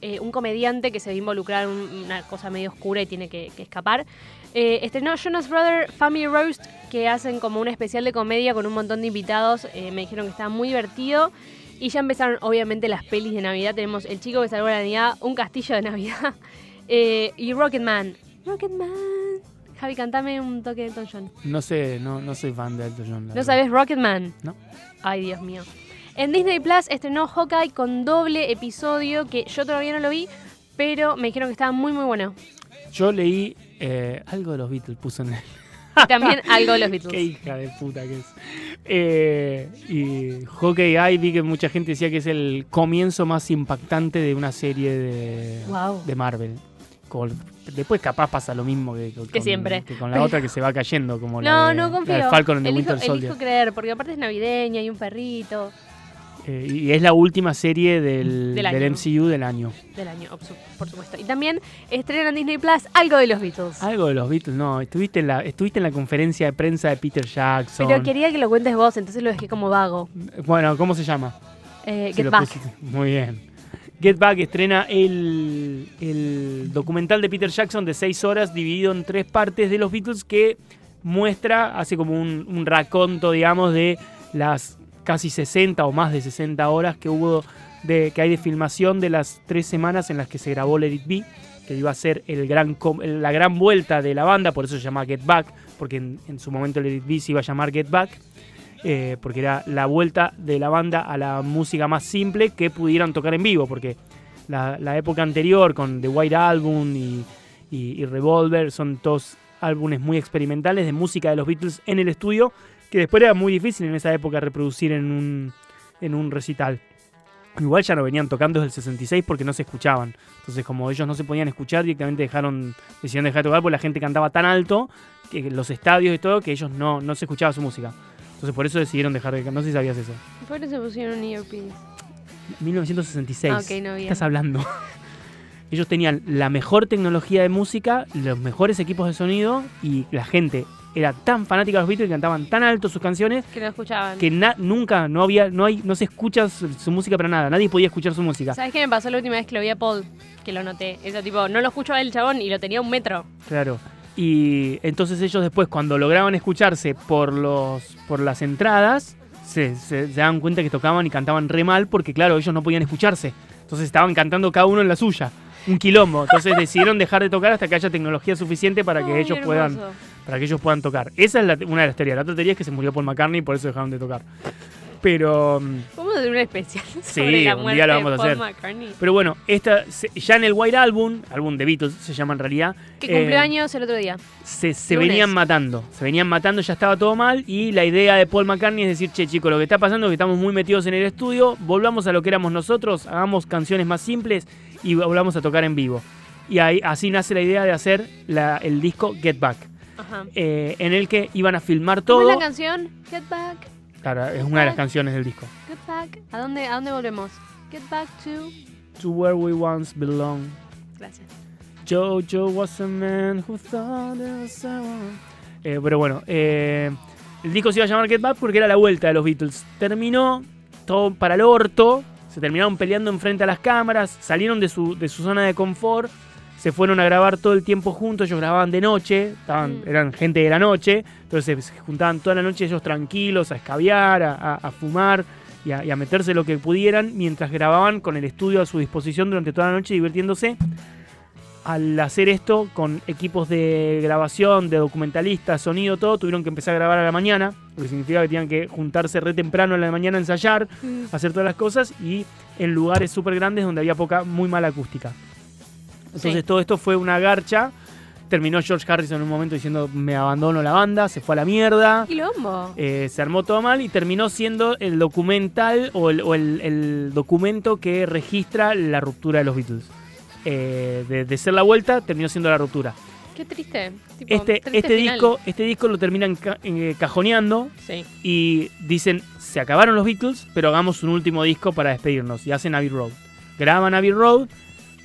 Speaker 2: eh, un comediante que se ve involucrado en un- una cosa medio oscura y tiene que, que escapar. Eh, estrenó Jonas Brother Family Roast, que hacen como un especial de comedia con un montón de invitados. Eh, me dijeron que estaba muy divertido. Y ya empezaron, obviamente, las pelis de Navidad. Tenemos El chico que salvó la Navidad, Un castillo de Navidad eh, y Rocketman. Rocketman. Javi, cantame un toque de Elton John.
Speaker 1: No sé, no, no soy fan de Elton John. la
Speaker 2: ¿No
Speaker 1: verdad.
Speaker 2: sabes Rocketman?
Speaker 1: No.
Speaker 2: Ay, Dios mío. En Disney Plus estrenó Hawkeye con doble episodio que yo todavía no lo vi, pero me dijeron que estaba muy, muy bueno.
Speaker 1: Yo leí eh, algo de los Beatles, puso en el.
Speaker 2: Y también algo de los
Speaker 1: Qué
Speaker 2: Beatles.
Speaker 1: hija de puta que es. Eh, y Hockey Eye, vi que mucha gente decía que es el comienzo más impactante de una serie de,
Speaker 2: Wow.
Speaker 1: de Marvel. Con- después capaz pasa lo mismo que, con-
Speaker 2: Que siempre.
Speaker 1: que con la
Speaker 2: Pero-
Speaker 1: otra que se va cayendo, como
Speaker 2: No,
Speaker 1: la de,
Speaker 2: no
Speaker 1: la de
Speaker 2: confío.
Speaker 1: Falcon and the
Speaker 2: elijo,
Speaker 1: Winter Soldier.
Speaker 2: elijo creer, porque aparte es navideña, hay un perrito
Speaker 1: Eh, y es la última serie del,
Speaker 2: Del
Speaker 1: del,
Speaker 2: año.
Speaker 1: MCU del año.
Speaker 2: del año, obsu- por supuesto. Y también estrenan en Disney Plus algo de los Beatles.
Speaker 1: Algo de los Beatles, no, estuviste en la, estuviste en la conferencia de prensa de Peter Jackson.
Speaker 2: Pero quería que lo cuentes vos, entonces lo dejé como vago.
Speaker 1: Bueno, ¿cómo se llama?
Speaker 2: Eh,
Speaker 1: Sí,
Speaker 2: Get
Speaker 1: lo
Speaker 2: Back.
Speaker 1: pusiste. Muy bien. Get Back estrena el, el documental de Peter Jackson de seis horas dividido en tres partes de los Beatles que muestra, hace como un, un raconto, digamos, de las casi 60 o más de 60 horas que hubo, de, que hay de filmación de las tres semanas en las que se grabó Let It Be, que iba a ser el gran, com- la gran vuelta de la banda, por eso se llama Get Back, porque en, en su momento Let It Be se iba a llamar Get Back eh, porque era la vuelta de la banda a la música más simple que pudieran tocar en vivo, porque la, la época anterior con The White Album y, y- y Revolver son dos álbumes muy experimentales de música de los Beatles en el estudio, que después era muy difícil en esa época reproducir en un, en un recital. Igual ya no venían tocando desde el 66 porque no se escuchaban. Entonces, como ellos no se podían escuchar, directamente dejaron, decidieron dejar de tocar porque la gente cantaba tan alto que los estadios y todo que ellos no, no se escuchaba su música. Entonces por eso decidieron dejar de No sé si sabías eso.
Speaker 2: Por eso pusieron EOPs.
Speaker 1: 1966.
Speaker 2: Ah, ok, no,
Speaker 1: ¿Qué
Speaker 2: bien.
Speaker 1: estás hablando? Ellos tenían la mejor tecnología de música, los mejores equipos de sonido y la gente era tan fanática de los Beatles y cantaban tan alto sus canciones
Speaker 2: Que no escuchaban.
Speaker 1: que na- nunca, no había, no hay, no se escucha su, su música para nada. Nadie podía escuchar su música.
Speaker 2: ¿Sabes qué me pasó la última vez que lo vi a Paul? Que lo noté. Eso tipo, no lo escucho a él, chabón, y lo tenía a un metro.
Speaker 1: Claro. Y entonces ellos después, cuando lograban escucharse por los por las entradas, se, se, se daban cuenta que tocaban y cantaban re mal porque, claro, ellos no podían escucharse. Entonces estaban cantando cada uno en la suya. Un quilombo. Entonces decidieron dejar de tocar hasta que haya tecnología suficiente para que
Speaker 2: Ay,
Speaker 1: ellos
Speaker 2: hermoso.
Speaker 1: puedan para que ellos puedan tocar. Esa es la- una de las teorías. La otra teoría es que se murió Paul McCartney y por eso dejaron de tocar. Pero... mm,
Speaker 2: Vamos a hacer un especial sobre la
Speaker 1: un
Speaker 2: muerte
Speaker 1: día lo vamos a
Speaker 2: de Paul
Speaker 1: hacer.
Speaker 2: McCartney.
Speaker 1: Pero bueno, esta, se- ya en el White Album, álbum de Beatles se llama en realidad,
Speaker 2: Que
Speaker 1: Eh,
Speaker 2: cumplió años el otro día.
Speaker 1: se, se
Speaker 2: Lunes.
Speaker 1: venían matando. Se venían matando, ya estaba todo mal. Y la idea de Paul McCartney es decir, che, chicos, lo que está pasando es que estamos muy metidos en el estudio, volvamos a lo que éramos nosotros, hagamos canciones más simples y volvamos a tocar en vivo. Y ahí, así nace la idea de hacer la- el disco Get Back,
Speaker 2: Ajá.
Speaker 1: eh, en el que iban a filmar
Speaker 2: ¿Cómo
Speaker 1: todo.
Speaker 2: es la canción? Get back,
Speaker 1: Claro, es una de las canciones del disco.
Speaker 2: get back. ¿A dónde, a dónde volvemos? Get back to...
Speaker 1: To where we once belonged.
Speaker 2: Gracias.
Speaker 1: Jojo was a man who thought there was someone. Eh, pero bueno, eh, el disco se iba a llamar Get Back porque era la vuelta de los Beatles. Terminó todo para el orto, se terminaron peleando enfrente a las cámaras, salieron de su, de su zona de confort, se fueron a grabar todo el tiempo juntos, ellos grababan de noche, estaban,
Speaker 2: Mm.
Speaker 1: eran gente de la noche, entonces se juntaban toda la noche ellos tranquilos a escabiar, a, a- a fumar y a, y a meterse lo que pudieran, mientras grababan con el estudio a su disposición durante toda la noche divirtiéndose al hacer esto con equipos de grabación, de documentalistas, sonido, todo, tuvieron que empezar a grabar a la mañana, lo que significa que tenían que juntarse re temprano a la mañana a ensayar, hacer todas las cosas y en lugares súper grandes donde había poca, muy mala acústica. Entonces
Speaker 2: Sí.
Speaker 1: todo esto fue una garcha. Terminó George Harrison en un momento diciendo me abandono la banda, se fue a la mierda.
Speaker 2: Y lombo.
Speaker 1: Eh, se armó todo mal y terminó siendo el documental o el, o el- el documento que registra la ruptura de los Beatles. Eh, de, de ser la vuelta, terminó siendo la ruptura.
Speaker 2: Qué triste. Tipo,
Speaker 1: Este,
Speaker 2: triste
Speaker 1: este,
Speaker 2: final.
Speaker 1: disco, este disco lo terminan ca- eh, cajoneando
Speaker 2: Sí.
Speaker 1: y dicen, se acabaron los Beatles, pero hagamos un último disco para despedirnos. Y hacen Abbey Road. Graban Abbey Road,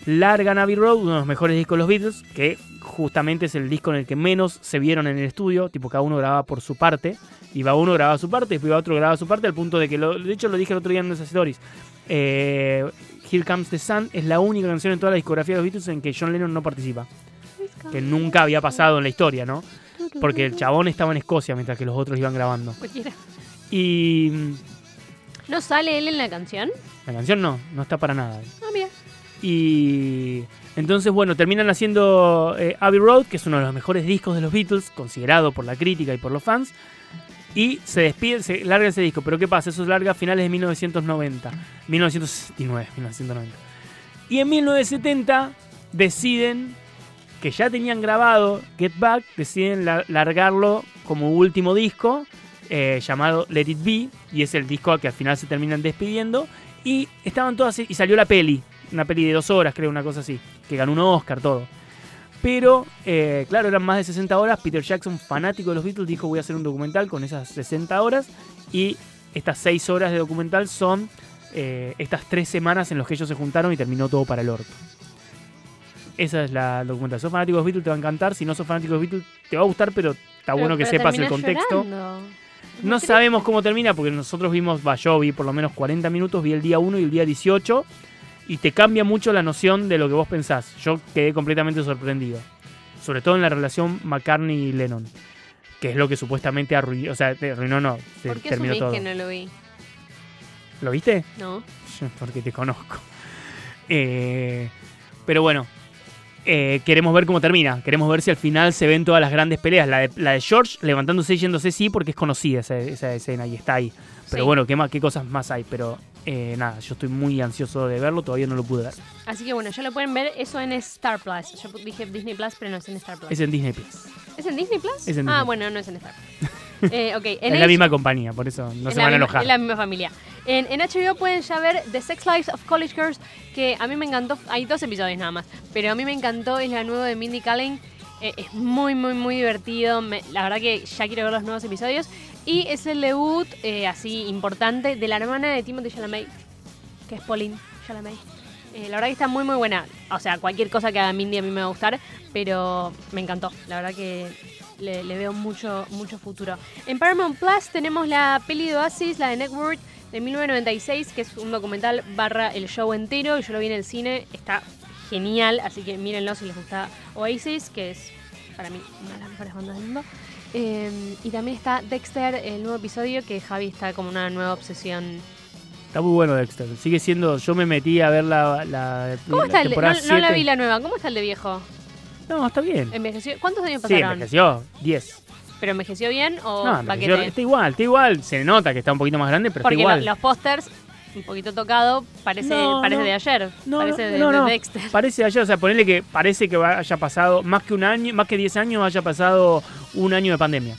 Speaker 1: largan Abbey Road, uno de los mejores discos de los Beatles, que justamente es el disco en el que menos se vieron en el estudio, tipo cada uno grababa por su parte, iba uno grababa su parte, después iba otro grababa su parte, al punto de que, lo- de hecho lo dije el otro día en esas stories, eh, Here Comes the Sun es la única canción en toda la discografía de los Beatles en que John Lennon no participa.
Speaker 2: Ah.
Speaker 1: Que nunca había pasado en la historia, ¿no? Porque el chabón estaba en Escocia mientras que los otros iban grabando.
Speaker 2: Cualquiera.
Speaker 1: Y mm,
Speaker 2: ¿No sale él en la canción?
Speaker 1: la canción no, no está para nada.
Speaker 2: Ah, mira.
Speaker 1: Y entonces, bueno, terminan haciendo eh, Abbey Road, que es uno de los mejores discos de los Beatles, considerado por la crítica y por los fans. Y se despide, se larga ese disco. Pero ¿qué pasa? Eso se larga a finales de 1990. 1969, 1990. Y en 1970 deciden, que ya tenían grabado Get Back, deciden la- largarlo como último disco, eh, llamado Let It Be. Y es el disco al que al final se terminan despidiendo. Y estaban todas. Y salió la peli. Una peli de dos horas, creo, una cosa así. Que ganó un Oscar, todo. Pero, eh, claro, eran más de 60 horas. Peter Jackson, fanático de los Beatles, dijo: Voy a hacer un documental con esas 60 horas. Y estas 6 horas de documental son eh, estas 3 semanas en las que ellos se juntaron y terminó todo para el orto. Esa es la documentación. Sos fanático de los Beatles, te va a encantar. Si no sos fanático de los Beatles, te va a gustar, pero está bueno que sepas el contexto. No sabemos cómo termina, porque nosotros vimos, va, yo vi por lo menos 40 minutos, vi el día 1 y el día 18, y te cambia mucho la noción de lo que vos pensás. Yo quedé completamente sorprendido. Sobre todo en la relación McCartney y Lennon, que es lo que supuestamente arruinó, o sea, te arruinó no, se
Speaker 2: ¿Por qué
Speaker 1: terminó
Speaker 2: asumís
Speaker 1: todo.
Speaker 2: que no lo vi?
Speaker 1: ¿Lo viste?
Speaker 2: No.
Speaker 1: Porque te conozco. Eh, pero bueno, eh, queremos ver cómo termina. Queremos ver si al final se ven todas las grandes peleas. La de, la de George levantándose y yéndose sí, porque es conocida esa, esa escena y está ahí. Pero
Speaker 2: Sí.
Speaker 1: bueno, ¿qué, más, qué cosas más hay. Pero eh, nada, yo estoy muy ansioso de verlo, todavía no lo pude ver.
Speaker 2: Así que bueno, ya lo pueden ver. Eso en Star Plus. Yo dije Disney Plus, pero no es en Star Plus.
Speaker 1: Es en Disney Plus.
Speaker 2: ¿Es en Disney Plus?
Speaker 1: Es en
Speaker 2: ah,
Speaker 1: Disney.
Speaker 2: bueno, no es en Star. Eh, ok, en
Speaker 1: es la
Speaker 2: H-
Speaker 1: misma compañía, por eso no
Speaker 2: es
Speaker 1: se
Speaker 2: la
Speaker 1: van a
Speaker 2: misma-
Speaker 1: enojar.
Speaker 2: Es la misma familia. En, en HBO pueden ya ver The Sex Lives of College Girls, que a mí me encantó. Hay dos episodios nada más, pero a mí me encantó. Es la nueva de Mindy Kaling. Eh, es muy, muy, muy divertido. Me- la verdad que ya quiero ver los nuevos episodios. Y es el debut, eh, así importante, de la hermana de Timothy Chalamet, que es Pauline Chalamet. Eh, la verdad que está muy muy buena. O sea, cualquier cosa que haga Mindy a mí me va a gustar, pero me encantó. La verdad que le, le veo mucho, mucho futuro. En Paramount Plus tenemos la peli de Oasis, la de Network de 1996, que es un documental barra el show entero. Yo lo vi en el cine, está genial, así que mírenlo si les gusta Oasis, que es para mí una de las mejores bandas del mundo. Eh, y también está Dexter, el nuevo episodio, que Javi está como una nueva obsesión.
Speaker 1: Está muy bueno Dexter. Sigue siendo, yo me metí a ver la, la,
Speaker 2: ¿Cómo
Speaker 1: la
Speaker 2: está el de, no,
Speaker 1: temporada
Speaker 2: no la
Speaker 1: siete.
Speaker 2: vi la nueva, ¿cómo está el de viejo?
Speaker 1: No, está bien.
Speaker 2: ¿Envejeció? ¿Cuántos años
Speaker 1: Sí,
Speaker 2: pasaron?
Speaker 1: envejeció. 10.
Speaker 2: ¿Pero envejeció bien o
Speaker 1: No, envejeció-
Speaker 2: paquete?
Speaker 1: está igual, está igual. Se nota que está un poquito más grande, pero
Speaker 2: Porque lo-
Speaker 1: está igual.
Speaker 2: los pósters, un poquito tocado, parece,
Speaker 1: No,
Speaker 2: parece
Speaker 1: no.
Speaker 2: de ayer.
Speaker 1: No,
Speaker 2: parece
Speaker 1: no,
Speaker 2: de,
Speaker 1: no,
Speaker 2: de
Speaker 1: no.
Speaker 2: Dexter.
Speaker 1: Parece ayer, o sea, ponele que parece que va- haya pasado más que un año, más que 10 años, haya pasado un año de pandemia.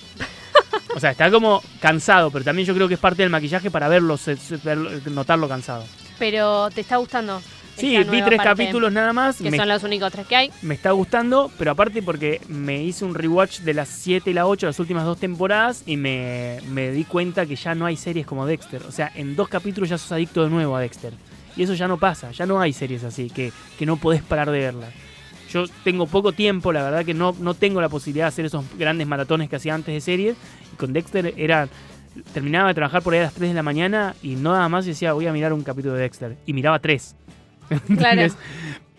Speaker 1: O sea, está como cansado, pero también yo creo que es parte del maquillaje para verlo, se- se- verlo- notarlo cansado.
Speaker 2: Pero te está gustando.
Speaker 1: Sí,
Speaker 2: esta
Speaker 1: vi
Speaker 2: nueva
Speaker 1: tres
Speaker 2: parte,
Speaker 1: capítulos nada más,
Speaker 2: Que
Speaker 1: me,
Speaker 2: son los únicos tres que hay.
Speaker 1: me está gustando, pero aparte porque me hice un rewatch de las 7 y la 8, las últimas dos temporadas, y me, me di cuenta que ya no hay series como Dexter. O sea, en dos capítulos ya sos adicto de nuevo a Dexter. Y eso ya no pasa, ya no hay series así, que, que no podés parar de verlas. Yo tengo poco tiempo, la verdad que no, no tengo la posibilidad de hacer esos grandes maratones que hacía antes de series. Y con Dexter era. Terminaba de trabajar por ahí a las 3 de la mañana y nada más decía, voy a mirar un capítulo de Dexter. Y miraba tres.
Speaker 2: Claro.
Speaker 1: ¿Entendés?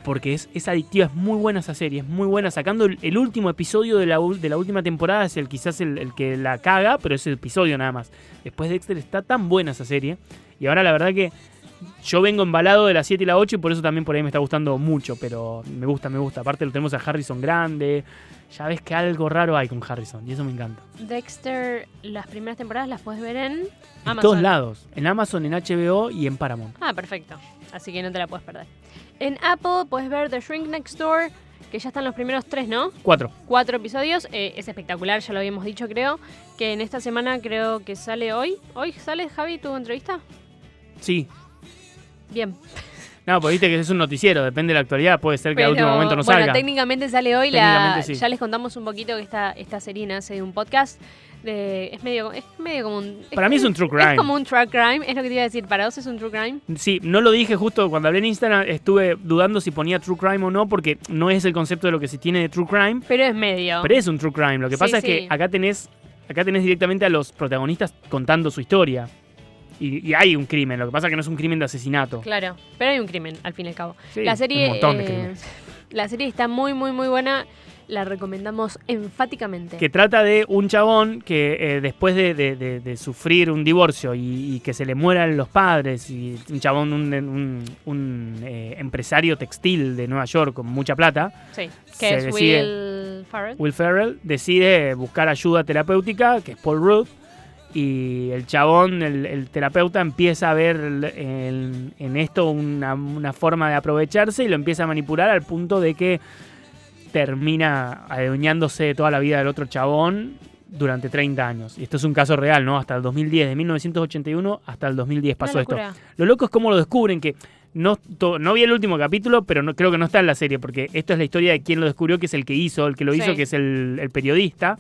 Speaker 1: Porque es, es adictiva, es muy buena esa serie, es muy buena. Sacando el, el último episodio de la, ul- de la última temporada, es el quizás el, el que la caga, pero es el episodio nada más. Después de Dexter está tan buena esa serie. Y ahora la verdad que yo vengo embalado de las 7 y la 8 y por eso también por ahí me está gustando mucho, pero me gusta, me gusta. Aparte lo tenemos a Harrison grande. Ya ves que algo raro hay con Harrison y eso me encanta.
Speaker 2: Dexter, las primeras temporadas las puedes ver en
Speaker 1: En
Speaker 2: Amazon.
Speaker 1: todos lados, en Amazon, en HBO y en Paramount.
Speaker 2: Ah, perfecto. Así que no te la puedes perder. En Apple puedes ver The Shrink Next Door, que ya están los primeros tres, ¿no?
Speaker 1: Cuatro.
Speaker 2: cuatro episodios. eh, es espectacular, ya lo habíamos dicho, creo. Que en esta semana creo que sale hoy. ¿Hoy sale, Javi, tu entrevista?
Speaker 1: Sí.
Speaker 2: Bien.
Speaker 1: No, pues viste que es un noticiero, depende de la actualidad, puede ser que a último momento no
Speaker 2: bueno,
Speaker 1: salga.
Speaker 2: técnicamente sale hoy. la-
Speaker 1: Técnicamente sí.
Speaker 2: Ya les contamos un poquito que esta, esta serie nace de un podcast. de- es, medio, es medio como un...
Speaker 1: Para mí es un true crime.
Speaker 2: Es como un true crime, es lo que te iba a decir. Para vos es un true crime.
Speaker 1: Sí, no lo dije justo cuando hablé en Instagram, estuve dudando si ponía true crime o no, porque no es el concepto de lo que se tiene de true crime,
Speaker 2: Pero es medio.
Speaker 1: pero es un true crime. Lo que
Speaker 2: Sí,
Speaker 1: pasa es
Speaker 2: sí.
Speaker 1: que acá tenés, acá tenés directamente a los protagonistas contando su historia. Y, y hay un crimen, lo que pasa es que no es un crimen de asesinato.
Speaker 2: Claro, pero hay un crimen, al fin y al cabo.
Speaker 1: Sí,
Speaker 2: la serie.
Speaker 1: Un montón de
Speaker 2: eh,
Speaker 1: crímenes.
Speaker 2: la serie está muy, muy, muy buena. La recomendamos enfáticamente.
Speaker 1: Que trata de un chabón que eh, después de, de- de- de sufrir un divorcio y, y que se le mueran los padres, y un chabón, un, un- un, eh, empresario textil de Nueva York con mucha plata,
Speaker 2: sí,
Speaker 1: se
Speaker 2: que es
Speaker 1: decide-
Speaker 2: Will Farrell.
Speaker 1: Will Ferrell decide buscar ayuda terapéutica, que es Paul Rudd, y el chabón, el, el terapeuta, empieza a ver el- en- en esto una, una forma de aprovecharse y lo empieza a manipular al punto de que termina adueñándose de toda la vida del otro chabón durante 30 años. Y esto es un caso real, ¿no? Hasta el 2010, de 1981 hasta el 2010
Speaker 2: Una
Speaker 1: pasó esto.
Speaker 2: locura.
Speaker 1: Lo loco es cómo lo descubren, que no, to- no vi el último capítulo, pero no, creo que no está en la serie, porque esto es la historia de quien lo descubrió, que es el que hizo, el que lo
Speaker 2: Sí.
Speaker 1: hizo, que es el, el periodista,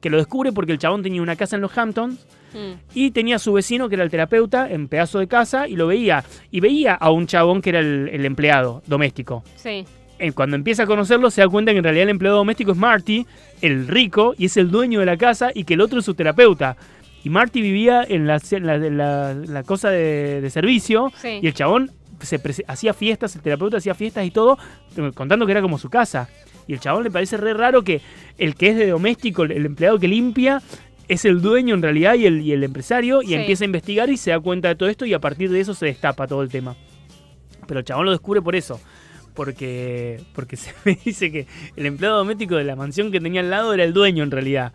Speaker 1: que lo descubre porque el chabón tenía una casa en los Hamptons
Speaker 2: Mm.
Speaker 1: y tenía a su vecino, que era el terapeuta, en pedazo de casa, y lo veía. Y veía a un chabón que era el, el empleado doméstico.
Speaker 2: Sí,
Speaker 1: Eh, Cuando empieza a conocerlo, se da cuenta que en realidad el empleado doméstico es Marty, el rico, y es el dueño de la casa, y que el otro es su terapeuta. Y Marty vivía en la, en la- en la- en la cosa de- de servicio,
Speaker 2: sí.
Speaker 1: y el chabón se prese- hacía fiestas, el terapeuta hacía fiestas y todo, t- contando que era como su casa. Y el chabón le parece re raro que el que es de doméstico, el- el empleado que limpia, es el dueño en realidad y el, y el empresario. Y
Speaker 2: Sí.
Speaker 1: empieza a investigar y se da cuenta de todo esto y a partir de eso se destapa todo el tema. Pero el chabón lo descubre por eso. Porque, porque se me dice que el empleado doméstico de la mansión que tenía al lado era el dueño en realidad.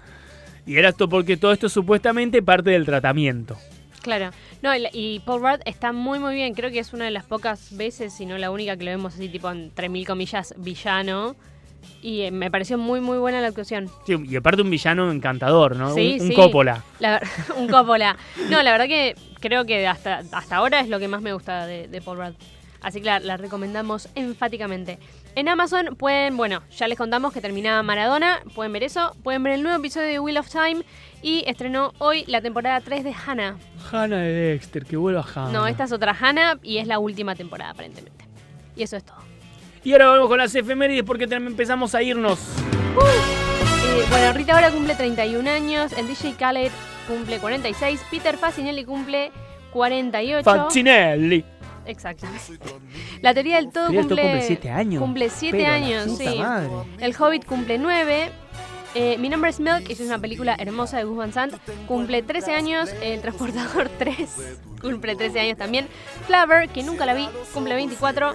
Speaker 1: Y era esto porque todo esto es supuestamente parte del tratamiento.
Speaker 2: Claro. No, y la- y Paul Rudd está muy, muy bien. Creo que es una de las pocas veces, si no la única, que lo vemos así, tipo, entre mil comillas, villano. Y eh, me pareció muy, muy buena la actuación.
Speaker 1: Sí, y aparte un villano encantador, ¿no?
Speaker 2: Sí,
Speaker 1: un un
Speaker 2: sí.
Speaker 1: Coppola.
Speaker 2: La ver- un Coppola. No, la verdad que creo que hasta, hasta ahora es lo que más me gusta de, de Paul Rudd. Así que la, la recomendamos enfáticamente. En Amazon pueden, bueno, ya les contamos que terminaba Maradona, pueden ver eso, pueden ver el nuevo episodio de Wheel of Time y estrenó hoy la temporada 3 de Hannah.
Speaker 1: Hanna de Dexter, que vuelva Hanna.
Speaker 2: No, esta es otra Hannah y es la última temporada aparentemente. Y eso es todo.
Speaker 1: Y ahora vamos con las efemérides porque también empezamos a irnos.
Speaker 2: Eh, bueno, Rita ahora cumple 31 años, el DJ Khaled cumple 46, Peter Facinelli cumple 48.
Speaker 1: Fancinelli.
Speaker 2: Exactamente. La teoría del todo
Speaker 1: Teoría del todo
Speaker 2: cumple,
Speaker 1: cumple siete años.
Speaker 2: Cumple 7
Speaker 1: Pero la
Speaker 2: años,
Speaker 1: puta
Speaker 2: sí.
Speaker 1: madre.
Speaker 2: El Hobbit cumple 9. Mi nombre es Milk, que es una película hermosa de Guzmán Sant. Cumple 13 años. El Transportador 3 cumple 13 años también. Flower, que nunca la vi, cumple 24.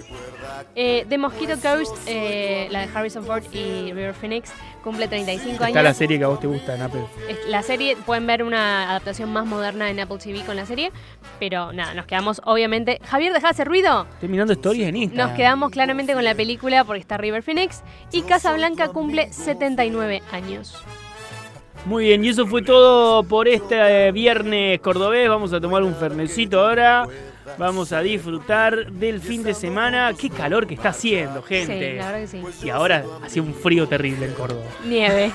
Speaker 2: Eh, The Mosquito Coast, eh, la de Harrison Ford y River Phoenix, cumple 35 años.
Speaker 1: Está la serie que a vos te gusta, Nape.
Speaker 2: Es- La serie, pueden ver una adaptación más moderna en Apple TV con la serie. Pero nada, nos quedamos obviamente. Javier, deja ese ruido.
Speaker 1: Estoy mirando stories en Instagram.
Speaker 2: Nos quedamos claramente con la película porque está River Phoenix. Y Casablanca cumple 79 años.
Speaker 1: Muy bien, y eso fue todo por este eh, viernes cordobés. Vamos a tomar un fernecito ahora. Vamos a disfrutar del fin de semana. Qué calor que está haciendo,
Speaker 2: Sí,
Speaker 1: gente.
Speaker 2: la verdad que sí.
Speaker 1: y ahora hacía un frío terrible en Córdoba.
Speaker 2: Nieve.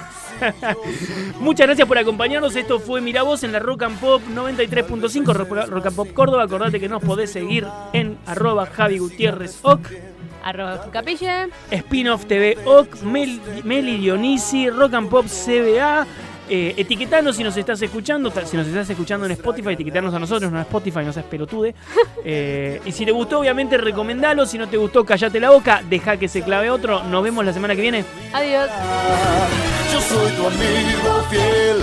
Speaker 1: Muchas gracias por acompañarnos. Esto fue Miravoz en la Rock and Pop 93.5 Ro- Rock and Pop Córdoba. Acordate que nos podés seguir en arroba Javi Gutiérrez Oc,
Speaker 2: Arroba tu capilla.
Speaker 1: Spin-off TV Oc, Mel, Meli Dionisi, Rock and Pop CBA. Eh, etiquetanos si nos estás escuchando, ta- si nos estás escuchando en Spotify, etiquetanos a nosotros, no a Spotify, no seas pelotude. Eh, y si te gustó, obviamente recomendalo. Si no te gustó, callate la boca, deja que se clave otro. Nos vemos la semana que viene.
Speaker 2: Adiós.
Speaker 4: Yo soy tu amigo fiel.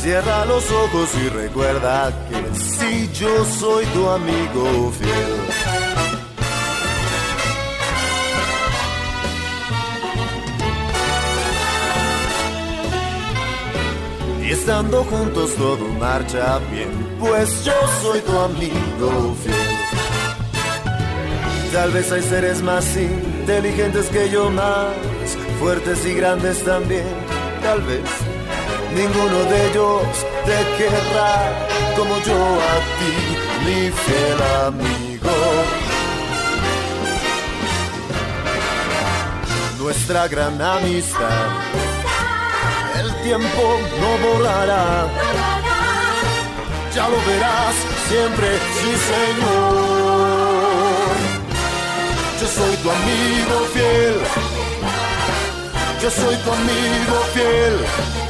Speaker 4: Cierra los ojos y recuerda que si yo soy tu amigo fiel. Y estando juntos todo marcha bien, pues yo soy tu amigo fiel. Tal vez hay seres más inteligentes que yo, más fuertes y grandes también, tal vez. Ninguno de ellos te querrá como yo a ti, mi fiel amigo. Nuestra gran amistad, el tiempo no volará. Ya lo verás siempre, sí señor. Yo soy tu amigo fiel. yo soy tu amigo fiel.